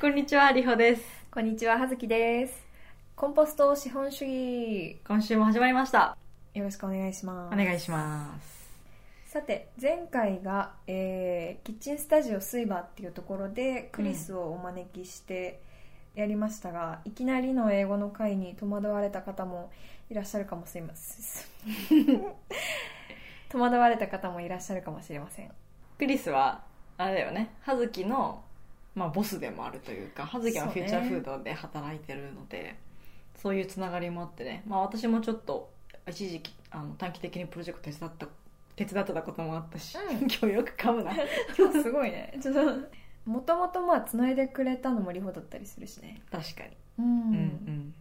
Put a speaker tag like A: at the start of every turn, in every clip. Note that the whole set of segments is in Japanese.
A: こんにちは、りほです。
B: こんにちは、はずきです。コンポスト資本主義、
A: 今週も始まりました。
B: よろしくお願いしま
A: お
B: す。
A: 願いします。
B: さて、前回が、えーキッチンスタジオスイバーっていうところで、クリスをお招きしてやりましたが、いきなりの英語の回に戸惑われた方もいらっしゃるかもしれません。 戸惑われた方もいらっしゃるかもしれません。
A: クリスは、あれだよね、葉月の、まあ、ボスでもあるというか、葉月の
B: そう
A: フ
B: ね
A: ューチャーフードで働いてるので、そういうつながりもあってね、まあ、私もちょっと、一時期、あの短期的にプロジェクト手伝った、手伝ってたこともあったし、
B: うん
A: 今日よく噛む な。
B: 今日すごいね。 ちょっと、もともとまあ、つないでくれたのもリホだったりするしね。
A: 確かに。う
B: うん
A: うん。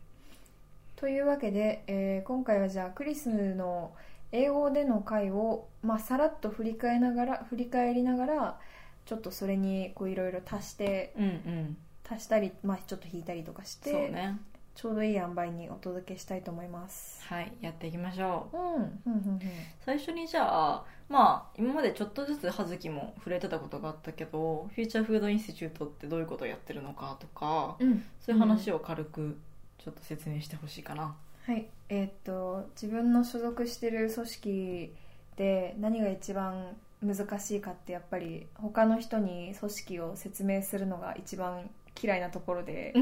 B: というわけで、えー今回はじゃあクリスの英語での回を、まあ、さらっと振り返りながら振り返りながらちょっとそれにこういろいろ足して
A: うんうん。
B: 足したり、まあ、ちょっと引いたりとかし
A: そ
B: て
A: う、ね。
B: ちょうどいい塩梅にお届けしたいと思います。
A: はい、やっていきましょう。
B: うん、うんうん
A: 最初にじゃあまあ今までちょっとずつ葉月も触れてたことがあったけどフューチャーフードインスティチュートってどういうことをやってるのかとか
B: うんうん
A: そういう話を軽くちょっと説明してほしいかな、
B: はいえーっと自分の所属してる組織で何が一番難しいかってやっぱり他の人に組織を説明するのが一番嫌いなとこ ろで。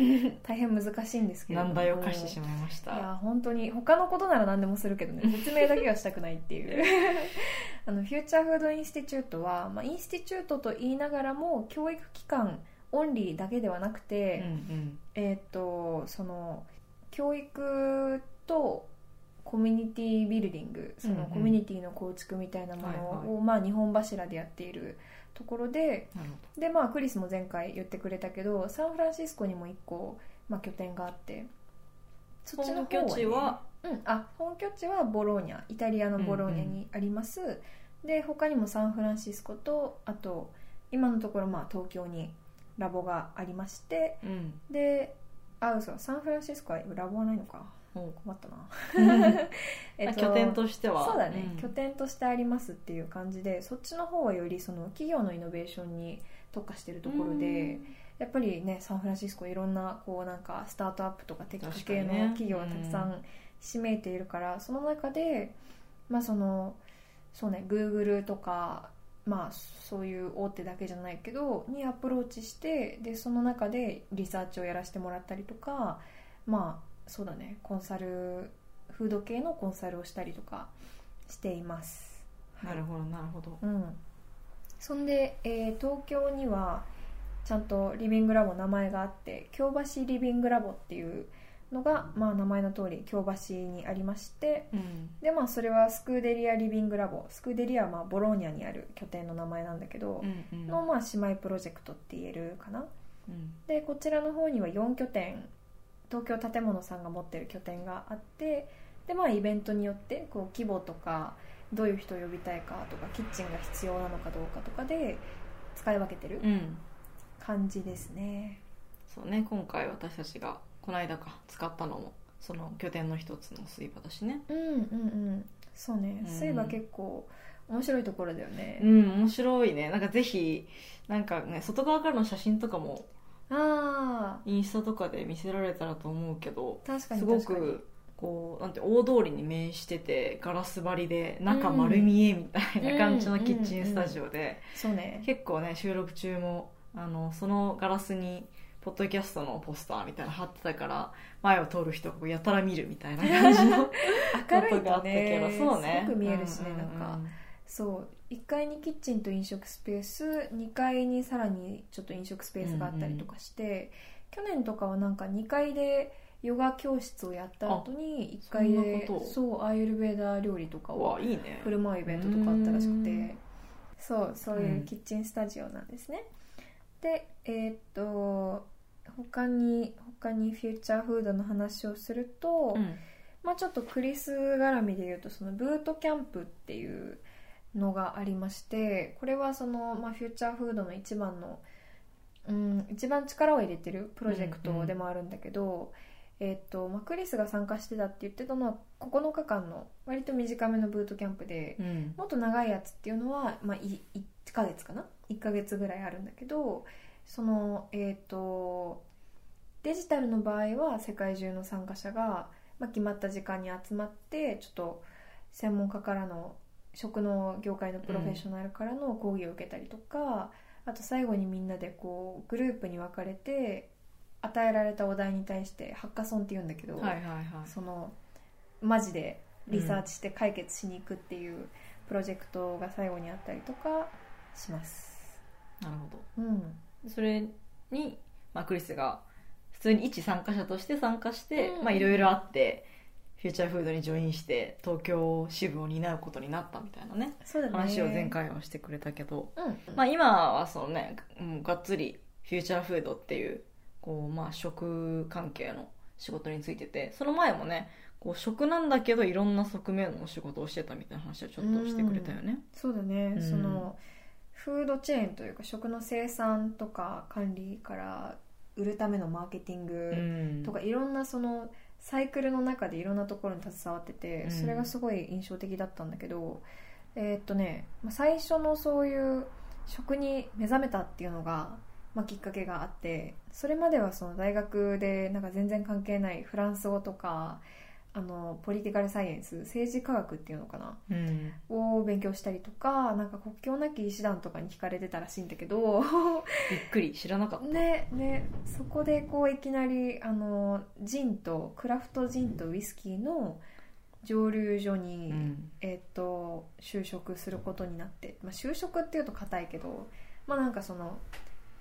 B: 大変難しいんですけれど
A: 難
B: も
A: 題を課してしまいまし
B: い
A: た
B: や本当に他のことなら何でもするけどね 説明だけはしたくないっていうあのフューチャーフードインスティチュートは、まあ、インスティチュートと言いながらも教育機関オンリーだけではなく
A: うんう
B: て、
A: ん
B: えーっとその教育とコミュニティビルディングそ
A: うんう
B: の
A: ん
B: コミュニティの構築みたいなものを、
A: はいは
B: まあ、日本柱でやっているところで、
A: なるほ
B: でまあクリスも前回言ってくれたけどサンフランシスコにも一個、まあ、拠点があってそ
A: ど
B: っちの
A: 本
B: 方は、
A: 拠
B: ね、
A: 地は
B: うん、あ本拠地はボローニャイタリアのボローニャにあります、で他にもサンフランシスコとあと今のところまあ東京にラボがありまして
A: うん
B: であ嘘サンフランシスコはラボはないのか
A: も
B: 困ったな、
A: う
B: え
A: 拠点としては
B: そうだね、
A: ん
B: 拠点としてありますっていう感じでそっちの方はよりその企業のイノベーションに特化してるところで、やっぱりねサンフランシスコいろんなこうなんかスタートアップとかテック系の
A: 確かにね
B: 企業がたくさん占めているから、その中でまあそのそうね Google とかまあそういう大手だけじゃないけどにアプローチしてでその中でリサーチをやらせてもらったりとかまあそうだねコンサルフード系のコンサルをしたりとかしています。
A: うんなるほどなるほど
B: うん、そんで、えー東京にはちゃんとリビングラボ名前があって京橋リビングラボっていうのが、まあ、名前の通り京橋にありまして
A: うん
B: で、まあ、それはスクーデリアリビングラボスクーデリアは、まあ、ボローニャにある拠点の名前なんだけど
A: う、んうん
B: の、まあ、姉妹プロジェクトって言えるかな
A: うん
B: でこちらの方には4拠点東京建物さんが持ってる拠点があってでまあイベントによってこう規模とかどういう人を呼びたいかとかキッチンが必要なのかどうかとかで使い分けてる
A: うん
B: 感じですね、
A: そうね今回私たちがこの間か使ったのもその拠点の一つの水場だしね
B: うん、うんうんそう
A: う
B: ね
A: ん
B: そういえば結構面白いところだよね
A: う、ん面白いねなんかぜひなんかね外側からの写真とかも
B: あ
A: インスタとかで見せられたらと思うけど
B: あ確かに
A: すご
B: 確かに
A: くこうなんて大通りに面しててガラス張りで中丸見えみたいな感じのキッチンスタジオで、
B: そうね
A: 結構ね収録中もあのそのガラスにポッドキャストのポスターみたいなの貼ってたから前を通る人がやたら見るみたいな感じの
B: 明る
A: こ
B: い
A: とがあ
B: と
A: ったけど
B: ね
A: そうね
B: すごく見えるしね、
A: うう
B: なんかそう1階にキッチンと飲食スペース2階にさらにちょっと飲食スペースがあったりとかして、去年とかはなんか2階でヨガ教室をやった後に1階で
A: そんなこと
B: そうアーユルベーダー料理とか
A: う
B: を
A: わいいね
B: 振る舞うイベントとかあったらしく
A: う
B: て
A: ん
B: そうそういうんうキッチンスタジオなんですね、でえーっと他に他にフューチャーフードの話をすると、
A: うん
B: まあ、ちょっとクリス絡みで言うとそのブートキャンプっていうのがありましてこれはその、まあ、フューチャーフードの一番の、うん、一番力を入れてるプロジェクトでもあるんだけど、えっとまあ、クリスが参加してたって言ってたのは9日間の割と短めのブートキャンプで、
A: うん
B: もっと長いやつっていうのは、まあ、い1ヶ月かな1ヶ月ぐらいあるんだけどそのえっ、とジタルの場合は世界中の参加者が、まあ、決まった時間に集まってちょっと専門家からの食の業界のプロフェッショナルからの講義を受けたりとか、あと最後にみんなでこうグループに分かれて与えられたお題に対してハッカソンって言うんだけど、
A: はいはいはい
B: そのマジでリサーチして解決しに行くっていうプロジェクトが最後にあったりとかします。
A: なるほど
B: うん、
A: それに、まあ、クリスが普通に一参加者として参加して
B: うん
A: まあいろいろあってフューチャーフードにジョインして東京支部を担うことになったみたいなね
B: そうだね。
A: 話を前。回はしてくれたけど、
B: うん。
A: まあ、今はそのね、うん、がっつりフューチャーフードっていうこう、まあ、食関係の仕事についててその前もねこう食なんだけどいろんな側面の仕事をしてたみたいな話をちょっとしてくれたよね。
B: そうだね。
A: うん
B: そのフードチェーンというか食の生産とか管理から売るためのマーケティン
A: う
B: グ
A: ん
B: とかいろんなそのサイクルの中でいろんなところに携わって
A: う
B: て
A: ん
B: それがすごい印象的だったんだけど、えーっとね、まあ最初のそういう食に目覚めたっていうのが。まあ、きっかけがあってそれまではその大学でなんか全然関係ないフランス語とかあのポリティカルサイエンス政治科学っていうのかな
A: うん
B: を勉強したりとかなんか国境なき医師団とかに惹かれてたらしいんだけど
A: びっくり知らなかった。
B: ねねそこでこういきなりあのジンとクラフトジンとウイスキーの蒸留所に、
A: うん
B: えっと就職することになって、まあ、就職っていうと硬いけどまあなんかその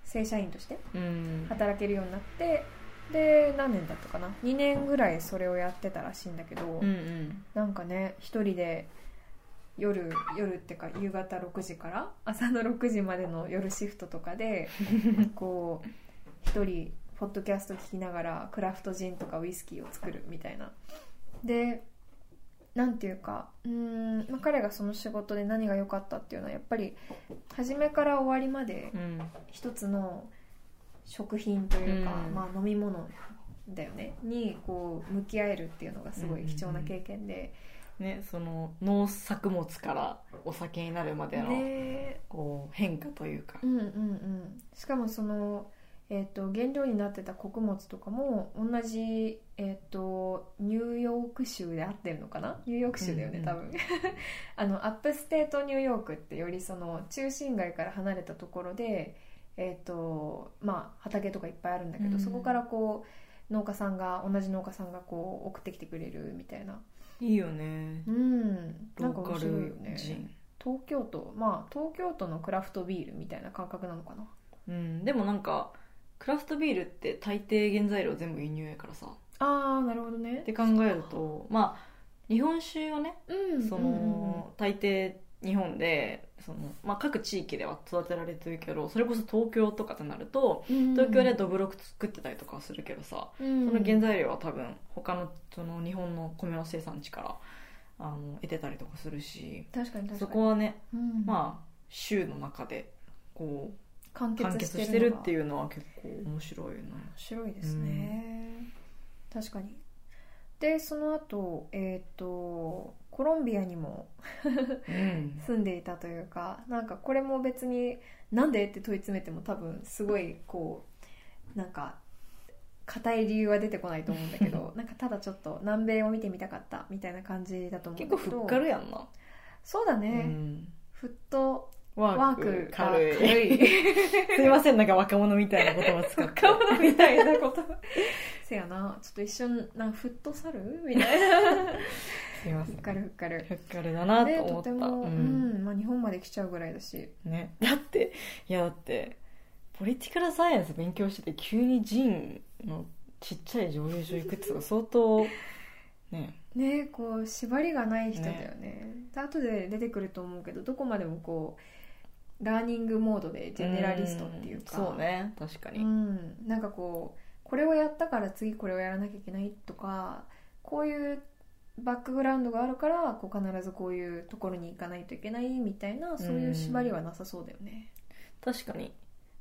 B: 正社員として
A: うん
B: 働けるようになってで何年だったかな2年ぐらいそれをやってたらしいんだけど、
A: うんうん
B: なんかね一人で夜夜ってか夕方6時から朝の6時までの夜シフトと かでこう一人ポッドキャスト聞きながらクラフトジンとかウイスキーを作るみたいなでなんていうかうーん、まあ彼がその仕事で何が良かったっていうのはやっぱり初めから終わりまで
A: うん
B: 一つの食品というか、
A: うん
B: まあ、飲み物だよねにこう向き合えるっていうのがすごい貴重な経験で、
A: ね、その農作物からお酒になるまでの、
B: ね
A: こう変化というか
B: う、んうんうんしかもその、えー、と原料になってた穀物とかも同じ、えー、とニューヨーク州で合ってるのかなニューヨーク州だよね、
A: うんうん
B: 多分 あのアップステートニューヨークってよりその中心街から離れたところで、えーとまあ、畑とかいっぱいあるんだけど、
A: うん
B: そこからこう農家さんが同じ農家さんがこう送ってきてくれるみたいない
A: いよね
B: うん
A: ロ
B: なんか
A: ー
B: 面
A: カ
B: 白いよ
A: ル
B: ね
A: 人、
B: 東京都まあ東京都のクラフトビールみたいな感覚なのかな
A: うん、でもなんかクラフトビールって大抵原材料全部輸入やからさっ
B: ああなるほどね
A: て考えるとまあ日本酒をね
B: うん
A: その、大抵日本でその、まあ、各地域では育てられてるけどそれこそ東京とかとなると
B: うんうんうん
A: 東京でどぶろく作ってたりとかはするけどさ、
B: うん
A: その原材料は多分他のその日本の米の生産地からあの得てたりとかするし
B: 確かに確かに
A: そこはね、
B: うん
A: まあ州の中でこう
B: 完
A: 完
B: 結
A: 結
B: し
A: してて
B: る
A: る
B: っ
A: ってて
B: いう
A: いうのは結構面白いよね
B: 面白いですね、確かにでその後えっ、とコロンビアにも
A: うん
B: 住んでいたというかなんかこれも別になんでって問い詰めても多分すごいこうなんか硬い理由は出てこないと思うんだけ どなんかただちょっと南米を見てみたかったみたいな感じだと思うん
A: 結
B: だ
A: 構
B: けど
A: ふっかるやんな、
B: そうだ
A: う
B: ね、
A: ん、
B: フットワ
A: ワ
B: ー
A: ー
B: ク
A: ク
B: が
A: 軽い
B: 軽 い
A: すいませんなんか若者みたいな言葉使って
B: 若者みたいなこと せやなちょっと一瞬なんかフットサルみたいな
A: すいませ
B: ふっ
A: ん
B: かるふっかる
A: ふっかるだな
B: ね
A: と思
B: と
A: った、
B: ても、う
A: うん
B: んまあ、日本まで来ちゃうぐらいだし
A: ね、 だっていやだってポリティカルサイエンス勉強してて急にジンのちっちゃい蒸留所行くってのは相当ね
B: ねこう縛りがない人だよねで後で出てくると思うけどどこまでもこうラーニングモードで ジェネラリストっていうか
A: んそうね確かに、
B: うん、なんかこうこれをやったから次これをやらなきゃいけないとかこういうバックグラウンドがあるからこう必ずこういうところに行かないといけないみたいなそういう縛りはなさそうだよね。
A: 確かに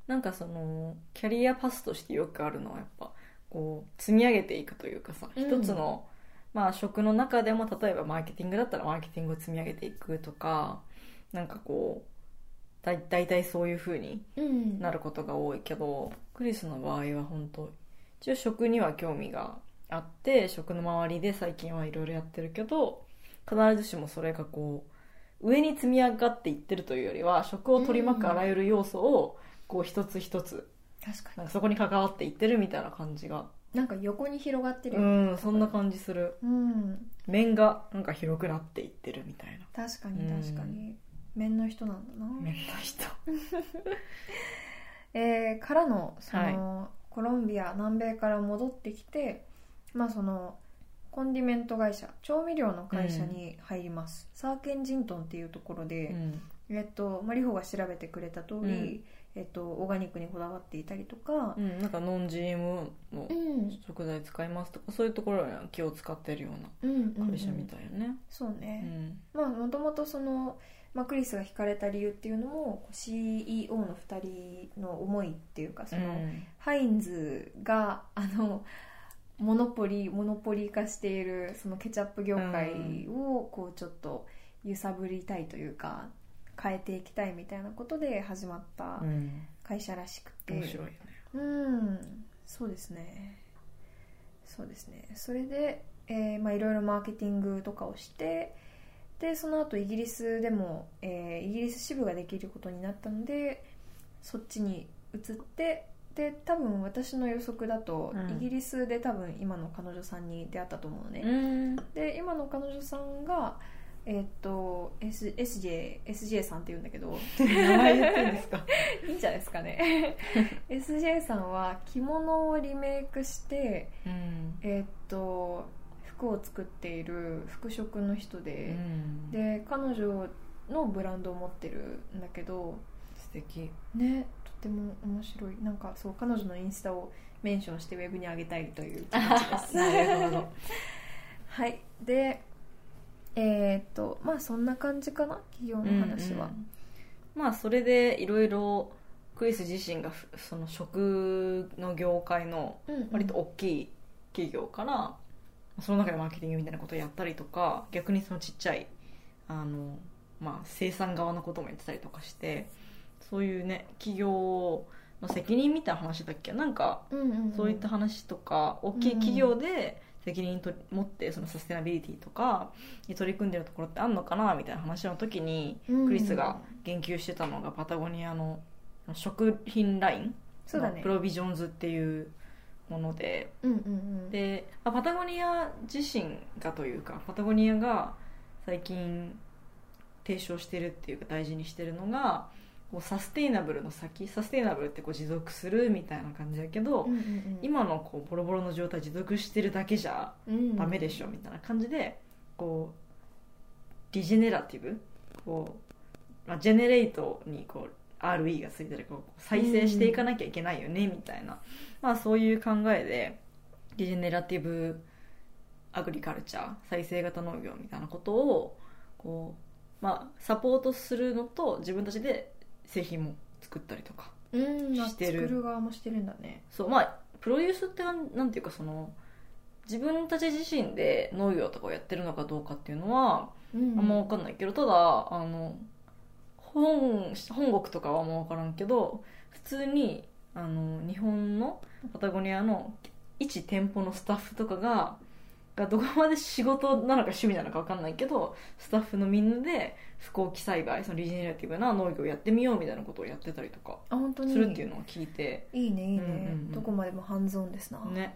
A: なんかそのキャリアパスとしてよくあるのはやっぱこう積み上げていくというかさ、
B: うん
A: 一つのまあ職の中でも例えばマーケティングだったらマーケティングを積み上げていくとかなんかこうだい大体そういうふうに
B: うん
A: なることが多いけどクリスの場合は本当一応食には興味があって食の周りで最近はいろいろやってるけど必ずしもそれがこう上に積み上がっていってるというよりは食を取り巻くあらゆる要素をこう一つ一つ
B: 確か
A: なん
B: に
A: かそこに関わっていってるみたいな感じが
B: なんか横に広がってる
A: う
B: よね
A: んそんな感じする
B: うん
A: 面がなんか広くなっていってるみたいな
B: 確かに確かに面の人なんだな
A: 面の人
B: えーからのその、コロンビア南米から戻ってきて、まあ、そのコンディメント会社調味料の会社に入ります、サーケンジントンっていうところで、えっとまあ、リホが調べてくれた通
A: う
B: り、
A: ん
B: えっと、オーガニックにこだわっていたりとか
A: う、んなんかノン GM の
B: うん
A: 食材使いますとかそういうところには気を使ってるよう
B: うん
A: な会社みたいよね
B: そう
A: う
B: ね、
A: ん
B: まあもともとその、まあ、クリスが惹かれた理由っていうのも CEO の2人の思いっていうかそ
A: う
B: の、
A: ん
B: ハインズがあのモノポリモノポリ化しているそのケチャップ業界をこうちょっと揺さぶりたいというか変えていきたいみたいなことで始まった
A: うん
B: 会社らしくて、
A: 面白いよね
B: うんそうですねそうですねそれで、えーまあ、いろいろマーケティングとかをしてでその後イギリスでも、えーイギリス支部ができることになったのでそっちに移ってで多分私の予測だと、
A: うん
B: イギリスで多分今の彼女さんに出会ったと思うのね、
A: うん
B: で今の彼女さんがえーっと S- SJ, SJ さんって言うんだけど
A: 名前言ってんです か
B: いいんじゃないですかね SJ さんは着物をリメイクして
A: うん
B: えーっと服を作っている服飾の人
A: う
B: で、
A: ん
B: で彼女のブランドを持ってるんだけど
A: 素敵
B: ねとても面白いなんかそう彼女のインスタをメンションしてウェブに上げたいという気持ちで す
A: なるほど
B: はいでえーっとまあそんな感じかな企業の話は、
A: うんまあそれでいろいろクリス自身がふその食の業界の
B: うんうん
A: 割と大きい企業からその中でマーケティングみたいなことをやったりとか逆にそのちっちゃいあの、まあ、生産側のこともやってたりとかしてそういうね企業の責任みたいな話だっけなんか
B: うんうんん
A: そういった話とか大きい企業で責任と持ってそのサステナビリティとかに取り組んでるところってあんのかなみたいな話の時に
B: うん
A: クリスが言及してたのがパタゴニアの食品ライン
B: そうだ
A: の
B: ね
A: プロビジョンズっていうもので
B: うんうんうん
A: でまあパタゴニア自身がというかパタゴニアが最近提唱してるっていうか大事にしてるのがこうサステイナブルの先サステイナブルってこう持続するみたいな感じだけど、
B: うんうんうん
A: 今のこうボロボロの状態持続してるだけじゃ
B: うん
A: ダメでしょみたいな感じでこうリジェネラティブこう、まあ、ジェネレートにこう RE がついてるこう再生していかなきゃいけないよねみたいな、まあ、そういう考えでリジェネラティブアグリカルチャー再生型農業みたいなことをこう、まあ、サポートするのと自分たちで製品も作ったりとか
B: うんあ
A: してる
B: 作る側もしてるんだね
A: そうまあプロデュースってなんなんていうかその自分たち自身で農業とかをやってるのかどうかっていうのは
B: あ
A: あんま分かんないけど、ただあの本本国とかはあんま分からんけど普通にあの日本のパタゴニアの一店舗のスタッフとかががどこまで仕事なのか趣味なのか分かんないけどスタッフのみんなで不耕起栽培そのリジェネラティブな農業をやってみようみたいなことをやってたりとか
B: あ本当に
A: するっていうのを聞いて、
B: いいねいいね、
A: うんうんうん
B: どこまでもハンズオンですな、
A: ね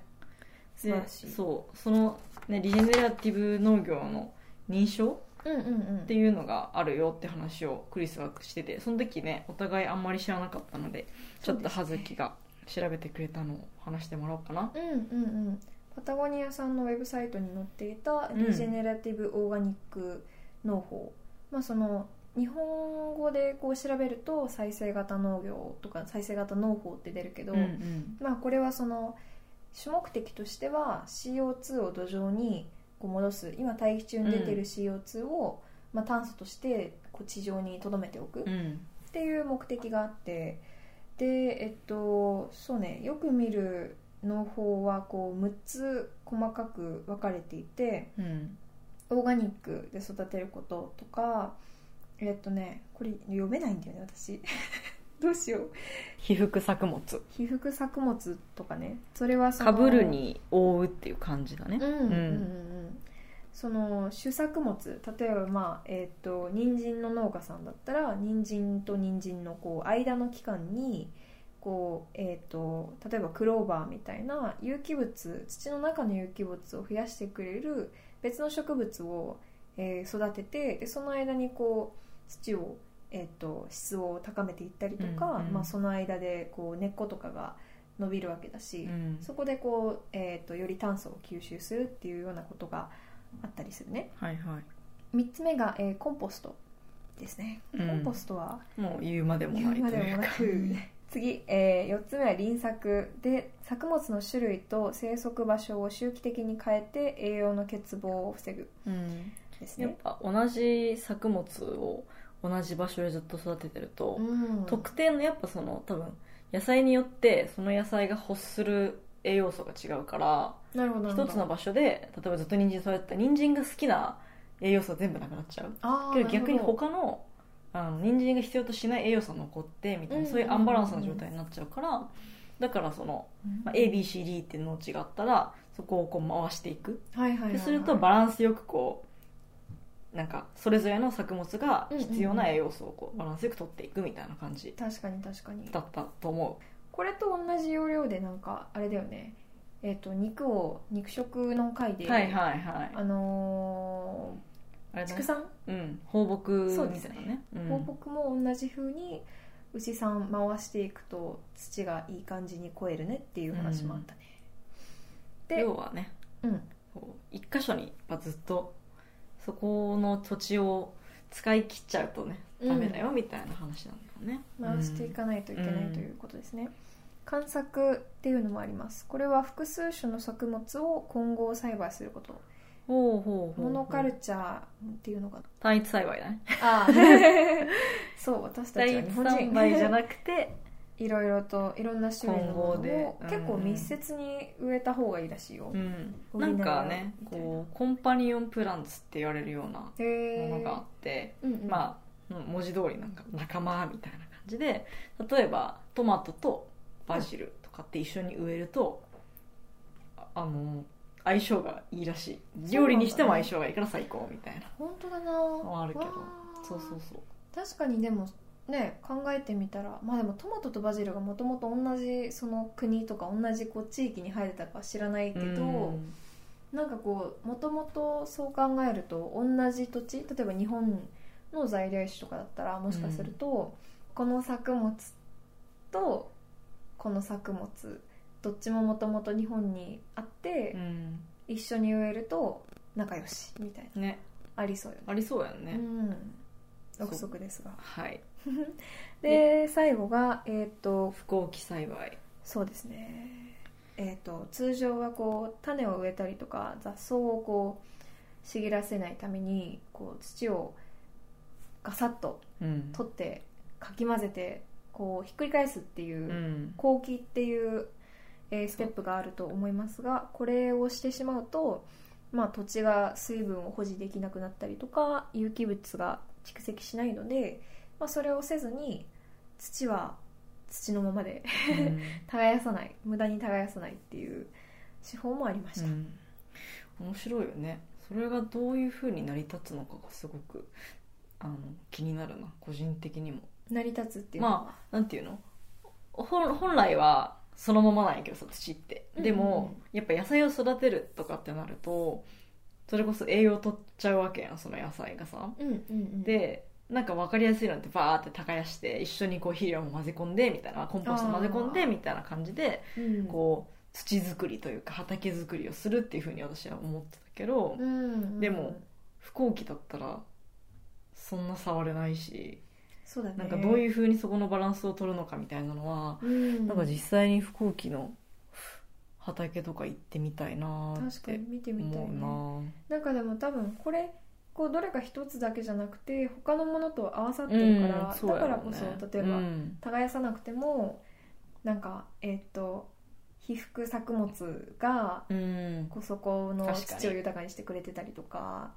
B: 素晴
A: で
B: らしい
A: そうその、ね、リジェネラティブ農業の認証
B: うんうんうん
A: っていうのがあるよって話をクリスはしててその時ねお互いあんまり知らなかったのでちょっと葉月が調べてくれたのを話してもらおうかな
B: うんうんうんパタゴニアさんのウェブサイトに載っていた
A: うん
B: リジェネラティブオーガニック農法、まあその日本語でこう調べると再生型農業とか再生型農法って出るけど、
A: うん
B: まあこれはその主目的としては CO2 を土壌にこう戻す今大気中に出ている CO2 を、まあ、炭素としてこう地上に留めておくっ
A: うんうん
B: ていう目的があってでえっとそうねよく見る農法はこう6つ細かく分かれていて
A: うん
B: オーガニックで育てることとかえっとねこれ読めないんだよね私 どうしよう
A: 被覆作物
B: 被覆作物とかねそれはそ
A: か
B: の
A: ぶるに覆うっていう感じだね
B: うんうんうんう
A: うん
B: んその主作物例えばまあえっ、と人参の農家さんだったら人参と人参のこう間の期間にこうえっ、と例えばクローバーみたいな有機物土の中の有機物を増やしてくれる別の植物を、えー育ててでその間にこう土をえっ、と質を高めていったりとか、
A: うんうん
B: まあその間でこう根っことかが伸びるわけだし、
A: うん
B: そこでこう、えー、とより炭素を吸収するっていうようなことがあったりするね
A: はいは
B: 3つ目が、えーコンポストですね、
A: うん
B: コンポストはい
A: もう言うまでもない
B: 言うま
A: と
B: で
A: い
B: も
A: う
B: な
A: か
B: く次、え4つ目は輪作で作物の種類と生息場所を周期的に変えて栄養の欠乏を防ぐ
A: うん
B: です
A: やっ
B: ね、
A: ぱ同じ作物を同じ場所でずっと育ててると、
B: うん、
A: 特定のやっぱその多分野菜によってその野菜が欲する栄養素が違うから
B: なるほどなるほ
A: 一つ
B: ど
A: の場所で例えばずっと人参育てた人参が好きな栄養素は全部なくなっちゃう
B: あー
A: けど逆に
B: なるほど
A: 他のあの人参が必要としない栄養素が残ってみたいな
B: うん
A: そういうアンバランスな状態になっちゃうからだからその、まあ、ABCD っていう農地があったらそこをこう回していく
B: はいはいはいはい
A: でするとバランスよくこうなんかそれぞれの作物が必要な栄養素をこうバランスよく取っていくみたいな感じ
B: 確かに確かに
A: だったと思
B: これと同じ要領でなんかあれだよねえっ、と肉を肉食の回
A: う、
B: で、
A: はいはいはい
B: あの
A: あれ
B: ー
A: だ
B: 畜
A: ね
B: 産
A: うん放牧
B: そうで
A: み
B: す
A: たい
B: ね
A: なねうん
B: 放牧も同じ風に牛さん回していくと土がいい感じに肥えるねっていう話もあったね、で
A: 要はね
B: うん
A: こう一箇所にやっぱずっとそこの土地を使い切っちゃうとね
B: うん
A: ダメだよみたいな話なんだよね、
B: 回していかないといけない
A: うん
B: ということですね、観作っていうのもありますこれは複数種の作物を混合栽培すること
A: ほうほうほう
B: モノカルチャーっていうのが
A: 単一栽培だね
B: ああ そう私た
A: 単
B: ちは日
A: 一
B: 本
A: 栽
B: 人
A: 培じゃなく て
B: いろいろといろんな種類のも
A: 混合
B: の
A: で
B: を
A: うん
B: 結構密接に植えた方がいいらしいよ、
A: うん
B: 補い
A: な
B: ながら
A: んかね
B: みたいな
A: こうコンパニオンプランツって言われるような
B: へえ
A: ものがあって、
B: うんうん
A: まあうん文字通りなんか仲間みたいな感じで例えばトマトとバジルとかって一緒に植えると、ああの相性がいいらしい料理にしても相性がいいから最高みたいな
B: 本当だな
A: あるけど
B: わー
A: そうそうそう
B: 確かにでもね考えてみたらまあでもトマトとバジルがもともと同じその国とか同じこう地域に生えてたか知らないけど、
A: うん
B: なんかこうもともとそう考えると同じ土地例えば日本の在来種とかだったらもしかすると、この作物とこの作物どっちももともと日本にあって、
A: うん
B: 一緒に植えると仲良しみたいな
A: ね
B: ありそうよね
A: ありそうやんね、
B: うん
A: そう
B: 憶測ですが
A: はい
B: で最後がえっ、と
A: 不幸期栽培
B: そうですねえっ、と通常はこう種を植えたりとか雑草をこう茂らせないためにこう土をガサッと
A: うん
B: 取ってかき混ぜてこうひっくり返すっていううん後期っていう、えーステップがあると思いますがこれをしてしまうと、まあ、土地が水分を保持できなくなったりとか有機物が蓄積しないので、まあ、それをせずに土は土のままで
A: うん
B: 耕さない無駄に耕さないっていう手法もありました、
A: うん、面白いよねそれがどういうふうに成り立つのかがすごくあの気になるな個人的にも
B: 成り立つっていうのは、
A: まあなんていうの本本来はそのままなんやけどさ土ってでも、やっぱ野菜を育てるとかってなるとそれこそ栄養取っちゃうわけやんその野菜がさ
B: うんうんうん、
A: でなんか分かりやすいのってバーって耕して一緒にこう肥料も混ぜ込んでみたいなコンポスト混ぜ込んでみたいな感じで
B: うん
A: こう土作りというか畑作りをするっていうふうに私は思ってたけど、
B: うんうん
A: でも不幸期だったらそんな触れないし
B: そうだね、
A: なんかどういううふうにそこのバランスを取るのかみたいなのは、
B: うん、
A: なんか実際に不幸期の畑とか行ってみたいなーっ
B: 確かに
A: て
B: 見てみたい
A: 思う
B: ね
A: な
B: なんかでも多分これこうどれか一つだけじゃなくて他のものと合わさってるから、
A: そう
B: だ
A: や
B: か
A: ろ
B: ら
A: う
B: こ
A: ね
B: そ例えば、
A: うん
B: 耕さなくてもなんかえーっと被覆作物が
A: うん
B: こうそこの
A: 確かに
B: 土を豊かにしてくれてたりとか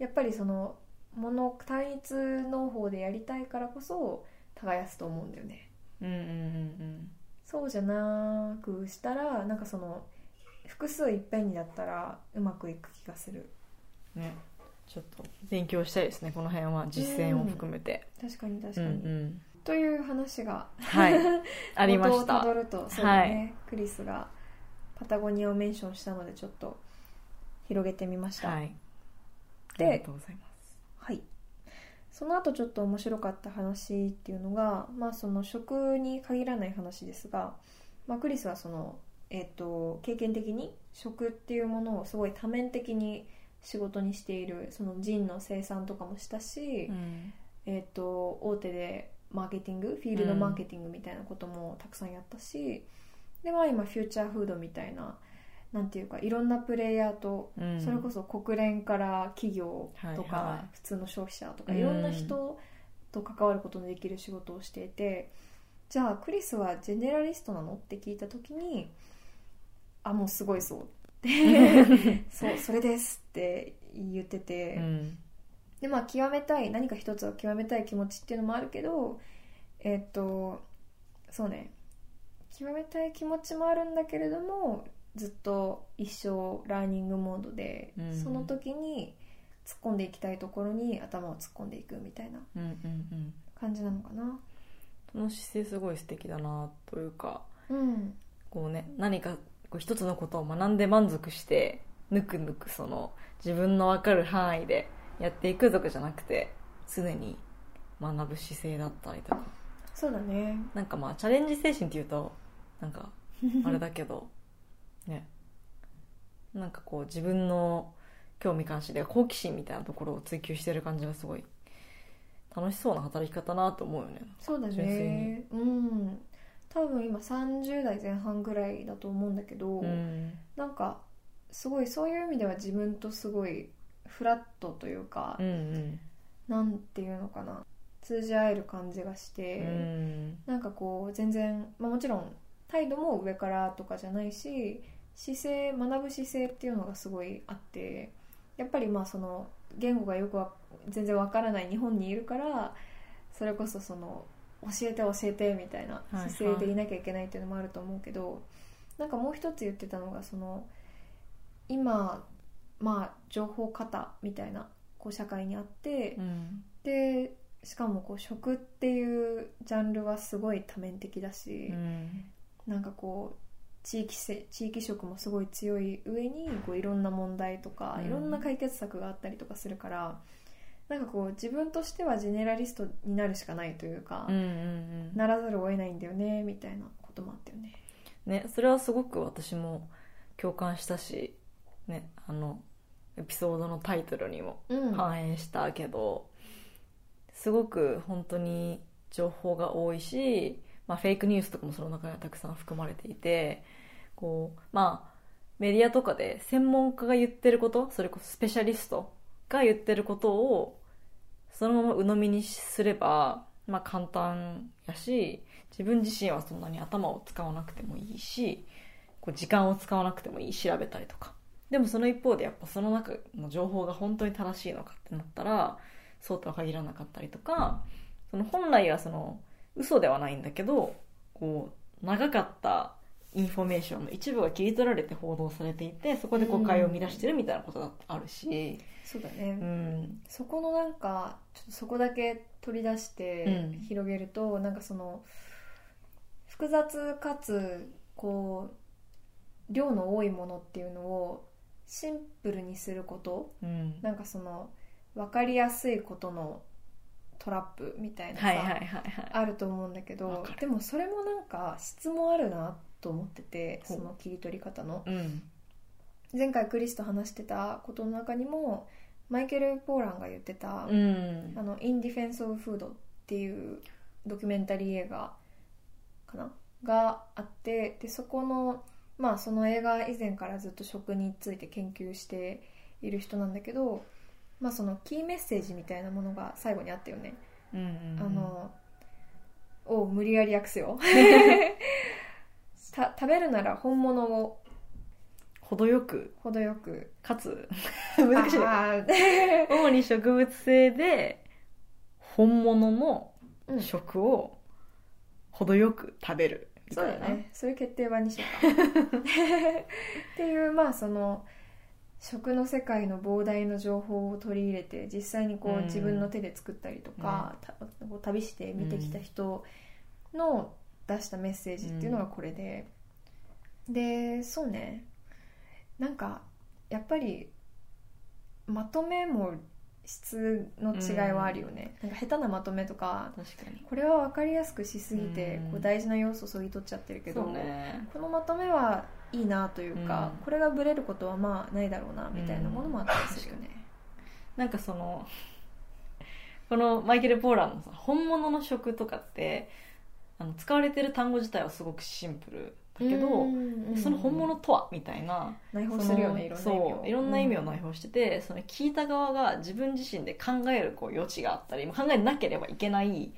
B: やっぱりそのもの単一農法でやりたいからこそ耕すと思うんだよね
A: うんうんうん
B: そうじゃなくしたらなんかその複数いっぺんにだったらうまくいく気がする
A: うんねちょっと勉強したいですねこの辺は実践を含めて、
B: 確かに確
A: う
B: か
A: ん
B: に、
A: うん
B: という話が
A: はい ありまし
B: 元を
A: た
B: たどるとそうだね、クリスがパタゴニアをメンションしたのでちょっと広げてみましたは、
A: はいい
B: で
A: ありがとうございます
B: その後ちょっと面白かった話っていうのが、まあ、その食に限らない話ですが、まあ、クリスはその、えっと経験的に食っていうものをすごい多面的に仕事にしているそのジンの生産とかもしたし、
A: うん
B: えっと大手でマーケティングフィールドマーケティングみたいなこともたくさんやったし、でまあ今フューチャーフードみたいななんていうかいろんなプレイヤーと、
A: うん
B: それ こそ国連から企業とか、
A: はいはい
B: 普通の消費者とか
A: うん
B: いろんな人と関わることのできる仕事をしていて、じゃあクリスはジェネラリストなのって聞いた時にあもうすごいそうってそうそれですって言ってて。
A: うん
B: でまあ極めたい何か一つを極めたい気持ちっていうのもあるけどえっとそうね極めたい気持ちもあるんだけれどもずっと一生ラーニングモードで、
A: うん
B: その時に突っ込んでいきたいところに頭を突っ込んでいくみたいな
A: うんうんうん
B: 感じなのかな
A: その姿勢すごい素敵だなというか
B: うん
A: こうね何かこう一つのことを学んで満足してぬくぬくその自分の分かる範囲でやっていくぞけじゃなくて常に学ぶ姿勢だったりとか
B: そうだね
A: なんかまあチャレンジ精神っていうとなんかあれだけどねなんかこう自分の興味関心で好奇心みたいなところを追求してる感じがすごい楽しそうな働き方なと思うよね
B: そうだ
A: 純粋
B: ね
A: に
B: うん多分今30代前半ぐらいだと思うんだけど、
A: うん
B: なんかすごいそういう意味では自分とすごいフラットというか、
A: うん
B: なんていうのかな通じ合える感じがし
A: う
B: て、
A: ん
B: なんかこう全然、まあ、もちろん態度も上からとかじゃないし姿勢学ぶ姿勢っていうのがすごいあってやっぱりまあその言語がよくわ全然わからない日本にいるからそれこそその教えて教えてみたいな
A: はいはい
B: 姿勢でいなきゃいけないっていうのもあると思うけど、なんかもう一つ言ってたのがその今まあ情報型みたいなこう社会にあって、
A: うん
B: でしかもこう食っていうジャンルはすごい多面的だ
A: う
B: し、
A: ん
B: なんかこう地域せ地域色もすごい強い上にこういろんな問題とか、
A: うん
B: いろんな解決策があったりとかするからなんかこう自分としてはジェネラリストになるしかないというか、
A: うんうんうん
B: ならざるを得ないんだよねみたいなこともあったよね。
A: ね、それはすごく私も共感したし、ね、あのエピソードのタイトルにも
B: うん
A: 反映したけど、すごく本当に情報が多いし、まあ、フェイクニュースとかもその中にはたくさん含まれていてこう、まあ、メディアとかで専門家が言ってることそれこそスペシャリストが言ってることをそのまま鵜呑みにすれば、まあ、簡単やし自分自身はそんなに頭を使わなくてもいいしこう時間を使わなくてもいい調べたりとかでもその一方でやっぱその中の情報が本当に正しいのかってなったらそうとは限らなかったりとかその本来はその嘘ではないんだけどこう長かったインフォメーションの一部が切り取られて報道されていてそこで誤解を生み出してるみたいなことだってあるし、
B: そうだね、
A: うん、
B: そこのなんかちょっとそこだけ取り出して
A: うん
B: 広げると、なんかその複雑かつこう量の多いものっていうのをシンプルにすること
A: うん、
B: なんかその分かりやすいことのトラップみたいなさ、
A: はいはいはいはい
B: あると思うんだけ
A: わ
B: ど
A: かる
B: でもそれもなんか質もあるなと思ってて
A: ほ
B: そうの切り取り方の。
A: うん
B: 前回クリスと話してたことの中にもマイケル・ポーランが言ってた、
A: うん
B: あの「インディフェンス・オブ・フード」っていうドキュメンタリー映画かながあってでそこのまあその映画以前からずっと食について研究している人なんだけど、まあ、そのキーメッセージみたいなものが最後にあったよね。
A: うんうん
B: あのを無理やり訳す よた食べるなら本物を
A: 程よく
B: 程よく
A: かつ難しいね
B: あー
A: 主に植物性で本物の
B: うん
A: 食を程よく食べるみ
B: そう
A: た
B: だ
A: いな
B: ねそれ決定版にしようか っていうまあその食の世界の膨大な情報を取り入れて実際にこ
A: うん
B: う自分の手で作ったりとか、たこう旅して見てきた人の出したメッセージっていうのがこれで、でそうねなんかやっぱりまとめも質の違いはあるよね、なんか下手なまとめとか
A: 確かに
B: これは分かりやすくしすぎて、
A: うん
B: こう大事な要素を削ぎ取っちゃってるけど、
A: そうね
B: このまとめはいいなというか、
A: うん
B: これがブレることはまあないだろうなみたいなものもあったりするよね、
A: なんかそのこのマイケル・ポーラーのさ本物の食とかってあの使われてる単語自体はすごくシンプルだけど、
B: うん
A: その本物とはみたいな
B: 内包
A: そ
B: す
A: の
B: るよねいろんな意味を
A: そういろんな意味を
B: うん
A: 内包してて、その聞いた側が自分自身で考えるこう余地があったり考えなければいけない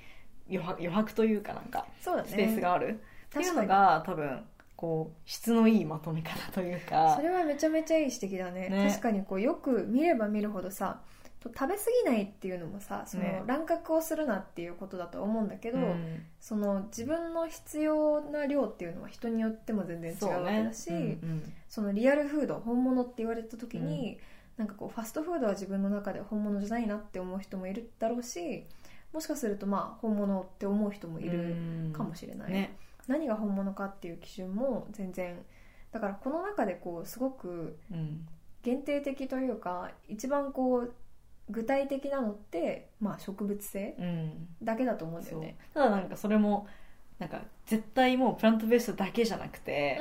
A: 余白余白というかなんか
B: そうだね
A: スペースがある、っていうのが多分こう質のいいまとめ方というか
B: それはめちゃめちゃいい指摘だね
A: ね
B: 確かにこうよく見れば見るほどさと食べ過ぎないっていうのもさそ
A: ね
B: の乱獲をするなっていうことだと思うんだけど、
A: うん
B: その自分の必要な量っていうのは人によっても全然違うわけだし、
A: そうねうん
B: そのリアルフード本物って言われた時に、なんかこうファストフードは自分の中で本物じゃないなって思う人もいるだろうしもしかするとまあ本物って思う人も
A: うん
B: いるかもしれない、
A: ね
B: 何が本物かっていう基準も全然だからこの中でこうすごく
A: うん
B: 限定的というか一番こう具体的なのって、まあ、植物性
A: うん
B: だけだと思うんだ
A: そ
B: よ
A: う
B: ね。
A: ただなんかそれもなんか絶対もうプラントベースだけじゃなくて、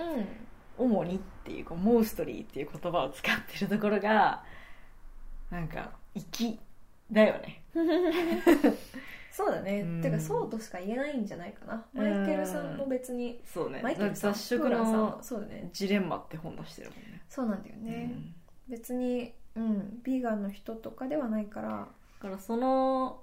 B: うん
A: 主にっていうこうモーストリーっていう言葉を使ってるところがなんか粋だよね
B: そうだね、
A: うん
B: てかそうとしか言えないんじゃないかなマイケルさんも別に
A: そうね
B: マイケルさん
A: 雑食
B: ローランさ
A: の
B: んそうだね
A: ジレンマって本出してるもんね
B: そうなんだよね、
A: うん
B: 別にうんビーガンの人とかではないから
A: だからその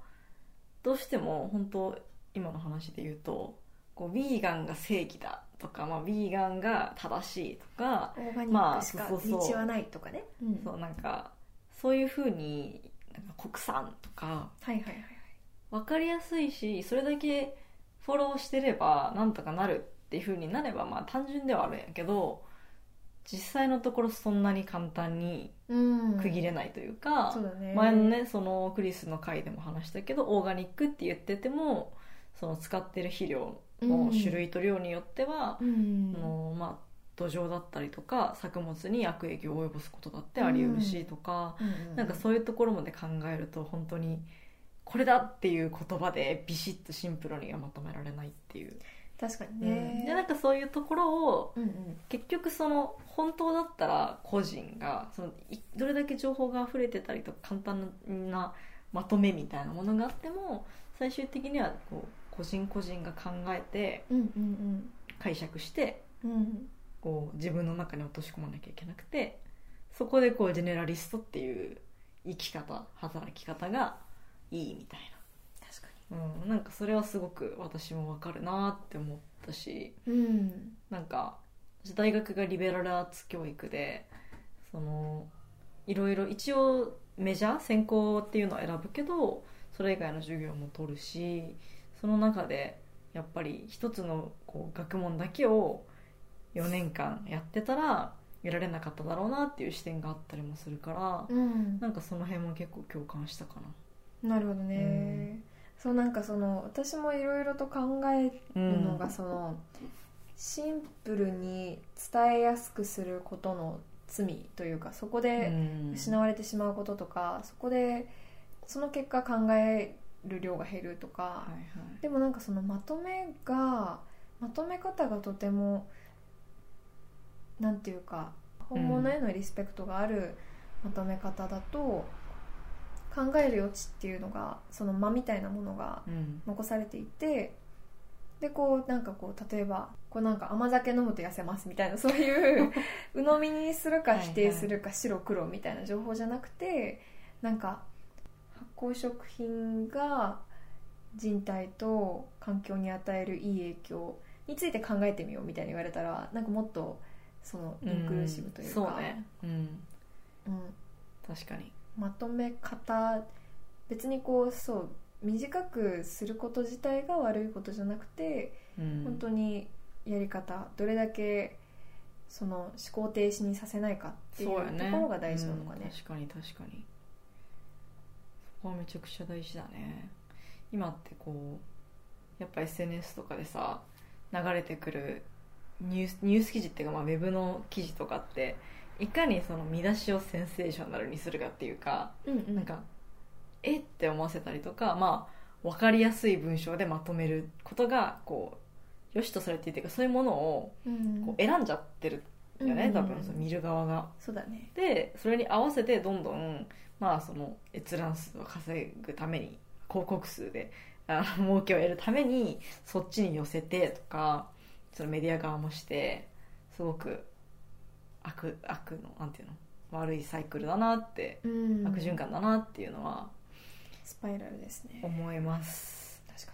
A: どうしても本当今の話で言うとこうビーガンが正義だとか、まあ、ビーガンが正しいとか
B: オーガニ
A: ま
B: ッ
A: あ
B: クしか
A: そうそうそう
B: 道はないとかね、うん
A: そうなんかそういうふうになんか国産とか
B: はいはいはいはい
A: 分かりやすいしそれだけフォローしてればなんとかなるっていうふうになればまあ単純ではあるんやけど実際のところそんなに簡単に
B: うん
A: 区切れないというか、
B: そうだね
A: 前のねそのクリスの回でも話したけどオーガニックって言っててもその使ってる肥料の種類と量によっては、
B: うん
A: あのまあ、土壌だったりとか作物に悪影響を及ぼすことだってあり得るしとか、
B: うん
A: なんかそういうところまで考えると本当にこれだっていう言葉でビシッとシンプルにはまとめられないっていう、
B: 確かに
A: うんでな
B: ね
A: んかそういうところを
B: うんうん
A: 結局その本当だったら個人がそのいどれだけ情報が溢れてたりとか簡単なまとめみたいなものがあっても最終的にはこう個人個人が考えて
B: うんうん
A: 解釈して
B: うんうん
A: こう自分の中に落とし込まなきゃいけなくてそこでこうジェネラリストっていう生き方働き方がいいみたい
B: 確か
A: な、うん、なんかそれはすごく私もわかるなって思ったし
B: にうん
A: なんか私大学がリベラルアーツ教育でそのいろいろ一応メジャー専攻っていうのを選ぶけどそれ以外の授業も取るしその中でやっぱり一つのこう学問だけを4年間やってたら得られなかっただろうなっていう視点があったりもするから、
B: うん
A: なんかその辺も結構共感したか
B: なるほど
A: う
B: ねそうなんかその私もいろいろと考え
A: な。
B: るのがそのシンプルに伝えやすくすることの罪というかそこ
A: う
B: で
A: ん
B: 失われてしまうこととかそこでその結果考える量が減るとか、
A: はいはい
B: でもなんかそのまとめがまとめ方がとてもなんていうか本物へのリスペクトがあるまとめ方だと、考える余地っていうのがその間みたいなものが
A: うん
B: 残されていてでこうなんかこう例えばこうなんか甘酒飲むと痩せますみたいなそういう 鵜呑みにするか
A: はいはい
B: 否定するか白黒みたいな情報じゃなくてなんか発酵食品が人体と環境に与えるいい影響について考えてみようみたいに言われたらなんかもっとそのインクルーシブというか、
A: んそうね、うん、
B: うん、
A: 確かに
B: まとめ方別にこうそう短くすること自体が悪いことじゃなくて
A: うん
B: 本当にやり方どれだけその思考停止にさせないかっていうと
A: そうやね
B: ころが大事なのかね
A: うん確かに確かにそこはめちゃくちゃ大事だね今ってこうやっぱ SNS とかでさ流れてくるニュースニュース記事っていうか、まあ、ウェブの記事とかっていかにその見出しをセンセーショナルにするかっていうか
B: うんうん
A: なんかえって思わせたりとかまあ分かりやすい文章でまとめることがこう良しとされていてそういうものを
B: うん
A: こう選んじゃってるよね、
B: うんうん
A: 多
B: うん
A: 分その見る側が。
B: そうだね
A: でそれに合わせてどんどんまあその閲覧数を稼ぐために広告数であの 儲けを得るためにそっちに寄せてとかそのメディア側もしてすごく悪悪のなんていうの悪いサイクルだなって、
B: うん
A: 悪循環だなっていうのは
B: スパイラルですね
A: 思います
B: 確か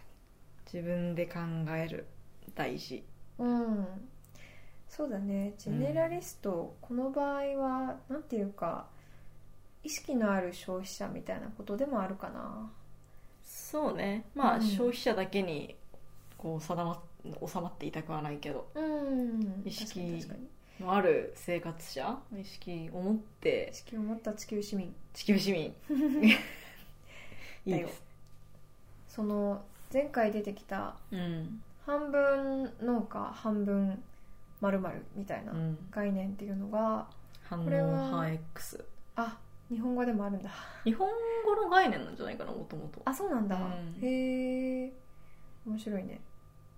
A: 自分で考える大事
B: にうんそうだねジェネラリスト、この場合はなんていうか意識のある消費者みたいなことでもあるかな
A: そうねまあ、
B: うん
A: 消費者だけにこう定ま収まっていたくはないけど
B: うん
A: 意識
B: 確かに確かに
A: のある生活者の意識を持って
B: 意識を持った地球市民
A: 地球市民いい
B: だよ
A: です、
B: その前回出てきた
A: うん
B: 半分農家半分まるみたいな
A: うん、
B: 概念っていうのが
A: 反応
B: これは
A: 反 X
B: あ日本語でもあるんだ
A: 日本語の概念なんじゃないかなもともと
B: あそうなんだ、
A: うん
B: へえ面白いね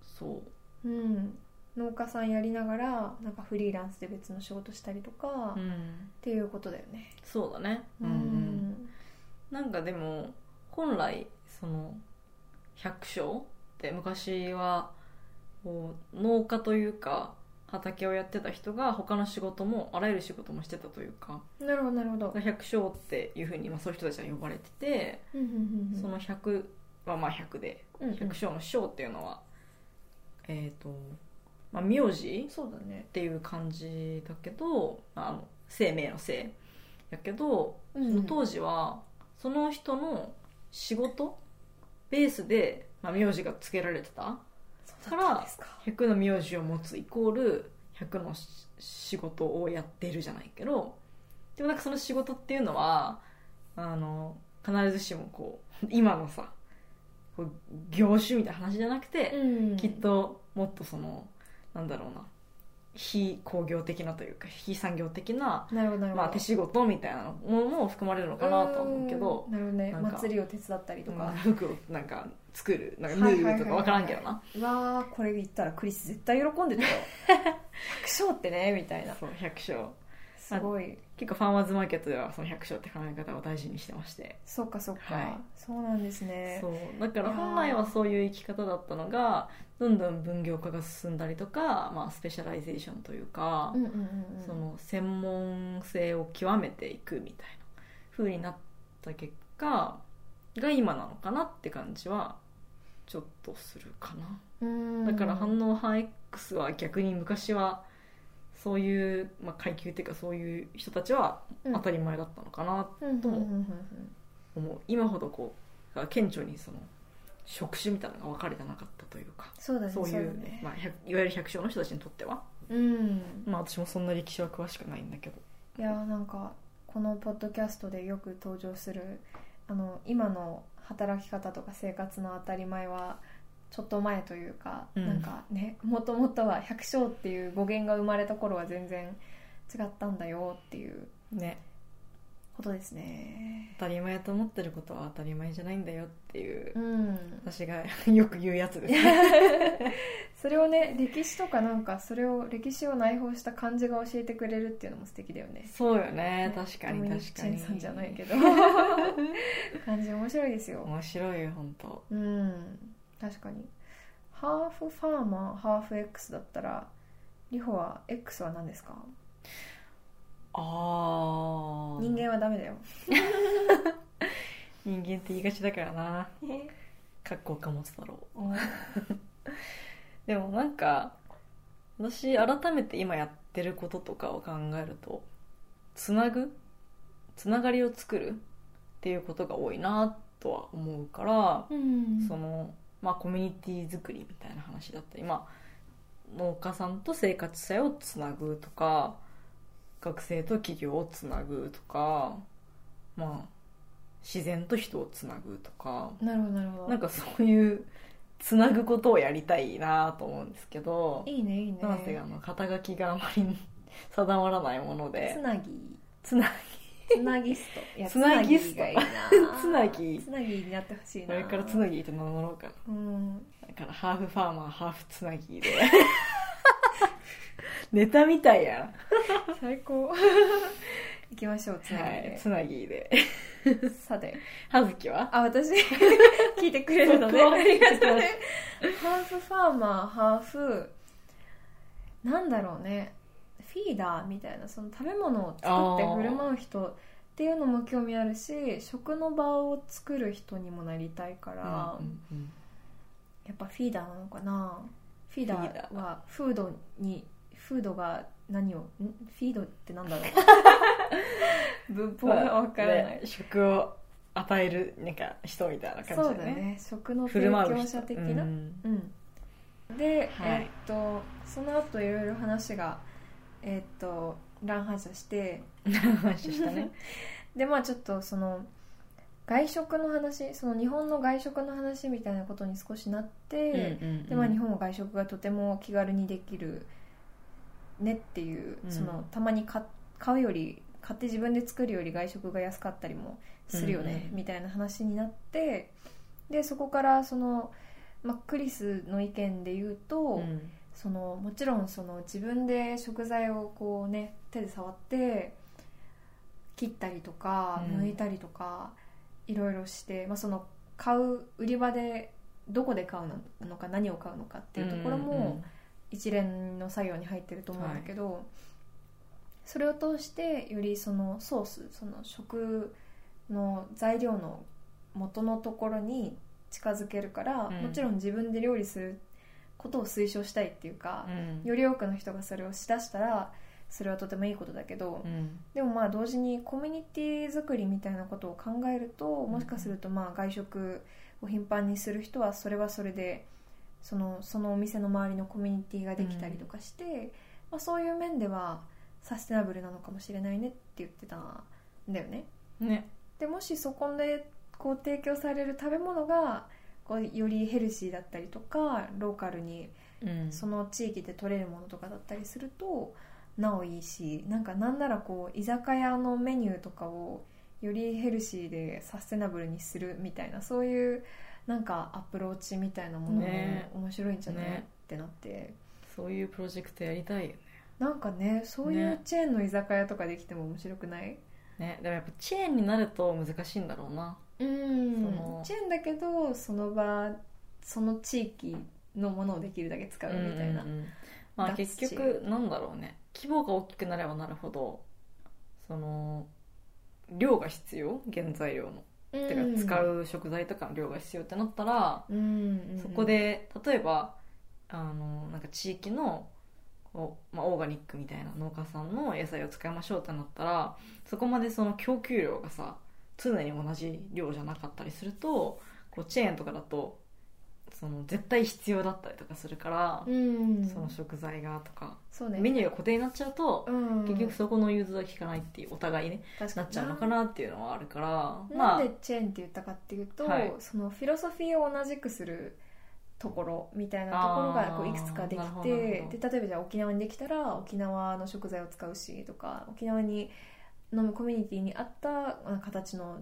A: そう
B: うん農家さんやりながらなんかフリーランスで別の仕事したりとか、
A: う
B: っ
A: ん
B: ていうことだよね
A: そうだねうん、うん、なんかでも本来その百姓って昔はこう農家というか畑をやってた人が他の仕事もあらゆる仕事もしてたというか
B: うんなるほどなるほど、
A: 百姓っていうふうにまあそういう人たちは呼ばれてて
B: うんうんうんうん
A: その100はまあ100で
B: うんうん
A: 百姓の姓っていうのは、えっ、と、まあ、名字
B: そうだね
A: っ、ていう感じだけど、まあ、あの生命の生やけど、
B: うん
A: その当時はその人の仕事ベースで、まあ、名字が付けられてた
B: そうだったんですか
A: 100の名字を持つイコール100のし仕事をやってるじゃないけどでもなんかその仕事っていうのはあの必ずしもこう今のさこう業種みたいな話じゃなくて、
B: うん
A: きっともっとそのなんだろうな非工業的なというか非産業的な、
B: なるほどなるほど、
A: まあ、手仕事みたいなものも含まれるのかなとは思うけど
B: んなるほどね
A: なんか
B: 祭りを手伝ったりと
A: うん
B: か、
A: 服をなんか作るなんか
B: は
A: 縫
B: いはいはいうはい
A: とか分からんけどな、
B: うわーこれ言ったらクリス絶対 喜んでたよ百姓ってねみたいな
A: そう百姓
B: すごい
A: 結構ファーマーズマーケットではその百姓って考え方を大事にしてまして、
B: そっかそっか、
A: はい
B: そうなんですね
A: そうだか
B: い
A: ら
B: やー
A: 本来はそういう生き方だったのがどんどん分業化が進んだりとか、まあ、スペシャライゼーションというか、
B: うんうんうんうん
A: その専門性を極めていくみたいな風になった結果が今なのかなって感じはちょっとするかな。
B: うん
A: だから反応反 X は逆に昔はそういう、まあ、階級っていうかそういう人たちは当たり前だったのかなって
B: うんうんうんうんうん
A: 思う今ほどこう顕著にその職種みたいなのが分かれてなかったというか
B: そうだね
A: そういう
B: だね、
A: まあ、百いわゆる百姓の人たちにとっては
B: うん
A: まあ私もそんな歴史は詳しくないんだけど
B: いやーなんかこのポッドキャストでよく登場するあの今の働き方とか生活の当たり前はちょっと前というか、
A: うん
B: なんかねもともとは百姓っていう語源が生まれた頃は全然違ったんだよっていう
A: ね
B: ことですね
A: 当たり前と思ってることは当たり前じゃないんだよっていう、
B: うん
A: 私が よく言うやつですね
B: それをね歴史とかなんかそれを歴史を内包した感じが教えてくれるっていうのも素敵だよね
A: そうよね確か
B: ド
A: に
B: ミニ
A: 確かに
B: チェンさんじゃないけど 感じ面白いですよ
A: 面白いよ本当
B: うん確かにハーフファーマーハーフ X だったらリホは X は何ですか
A: ああ
B: 人間はダメだよ
A: 人間って言いがちだからなかっこ岡本太郎
B: お
A: でもなんか私改めて今やってることとかを考えるとつなぐつながりを作るっていうことが多いなっとは思うから、
B: うん
A: そのまあコミュニティ作りみたいな話だったり、まあ、農家さんと生活者をつなぐとか学生と企業をつなぐとか、まあ、自然と人をつなぐとか
B: なるほどなるほど
A: なんかそういうつなぐことをやりたいなと思うんですけど
B: いいねいいね
A: なんせあの肩書きがあまり定まらないもの
B: つ
A: で
B: なぎ
A: つな
B: つなぎストいや
A: つなぎスト
B: つなぎがいい な
A: つなぎ
B: つなぎになってほしい
A: こ
B: な
A: れからつなぎって名乗ろうかな
B: うん
A: だからハーフファーマーハーフつなぎで ネタみたいや
B: 最高行きましょうつ
A: な、
B: な
A: は
B: ぎ
A: い、
B: で
A: つなぎで
B: さて
A: 葉月は
B: あ 私聞いてくれるのね
A: そうありがとう
B: ハーフファーマーハーフなんだろうねフィーダーみたいなその食べ物を作って振る舞う人っていうのも興味あるし食の場を作る人にもなりたいから、
A: うんうん
B: やっぱフィーダーなのかなフィーダ
A: フィーダ
B: ーはフードにフードが何をんフィードってなんだろ う文法がわからな
A: ね
B: い、
A: 食を与えるなんか人みたいな
B: そ
A: 感
B: う
A: じ
B: だ
A: だよね
B: ね食の
A: 振
B: 提
A: る舞う
B: 供
A: 人
B: 者的な、
A: うん
B: うん、で、
A: はい
B: えっとその後いろいろ話がえっと乱反射して
A: 話したね
B: でまあちょっとその外食の話その日本の外食の話みたいなことに少しなって、
A: うんうんうん
B: でまあ、日本は外食がとても気軽にできるねっていう、
A: うん
B: そのたまに買買うより買って自分で作るより外食が安かったりもするよね、
A: うんうん
B: みたいな話になってでそこからその、まあ、クリスの意見で言うと、
A: うん
B: そのもちろんその自分で食材をこうね手で触って切ったりとか
A: うん
B: 剥いたりとか、いろいろして、まあ、その買う売り場でどこで買うのか何を買うのかっていうところも一連の作業に入ってると思うんだけど、それを通してよりそのソースその食の材料の元のところに近づけるから、
A: うん
B: もちろん自分で料理することを推奨したいっていうか
A: う、ん
B: より多くの人がそれをしだしたらそれはとてもいいことだけど、
A: うん
B: でもまあ同時にコミュニティ作りみたいなことを考えるともしかするとまあ外食を頻繁にする人はそれはそれでそのそのお店の周りのコミュニティができたりとかして、まあ、そういう面ではサステナブルなのかもしれないねって言ってたんだよね。
A: ね
B: でもしそこでこう提供される食べ物がこうよりヘルシーだったりとかローカルに
A: うん
B: その地域で取れるものとかだったりするとなおいいしなんかなんならこう居酒屋のメニューとかをよりヘルシーでサステナブルにするみたいなそういうなんかアプローチみたいなものも
A: ね
B: 面白いんじゃない、
A: ね
B: ってなって
A: そういうプロジェクトやりたいよね
B: なんかねそういう
A: ね
B: チェーンの居酒屋とかできても面白くない、
A: ねでもやっぱチェーンになると難しいんだろうな
B: うん
A: その
B: チェーンだけどその場その地域のものをできるだけ使うみたいな、
A: うんうんうんまあ、
B: 脱
A: 結
B: 地
A: 局なんだろうね規模が大きくなればなるほどその量が必要原材料の、て
B: う
A: か
B: ん
A: 使う食材とかの量が必要ってなったら、
B: うんうんうん
A: そこで例えばあのなんか地域のこうまあ、オーガニックみたいな農家さんの野菜を使いましょうってなったらそこまでその供給量がさ常に同じ量じゃなかったりするとこうチェーンとかだとその絶対必要だったりとかするから、
B: うん
A: その食材がとか、
B: そうね
A: メニューが固定になっちゃうと、
B: うん、
A: 結局そこの融通が利かないっていうお互いね
B: 確か
A: な
B: に
A: っちゃうのかなっていうのはあるからま
B: な
A: あ
B: んでチェーンって言ったかっていうと、
A: はい
B: そのフィロソフィーを同じくするところみたいなところが
A: あ
B: こう
A: ー
B: いくつかでき
A: なるほどなる
B: て
A: ほ
B: で例えばじゃあ沖縄にできたら沖縄の食材を使うしとか沖縄にのコミュニティに合ったまあ形の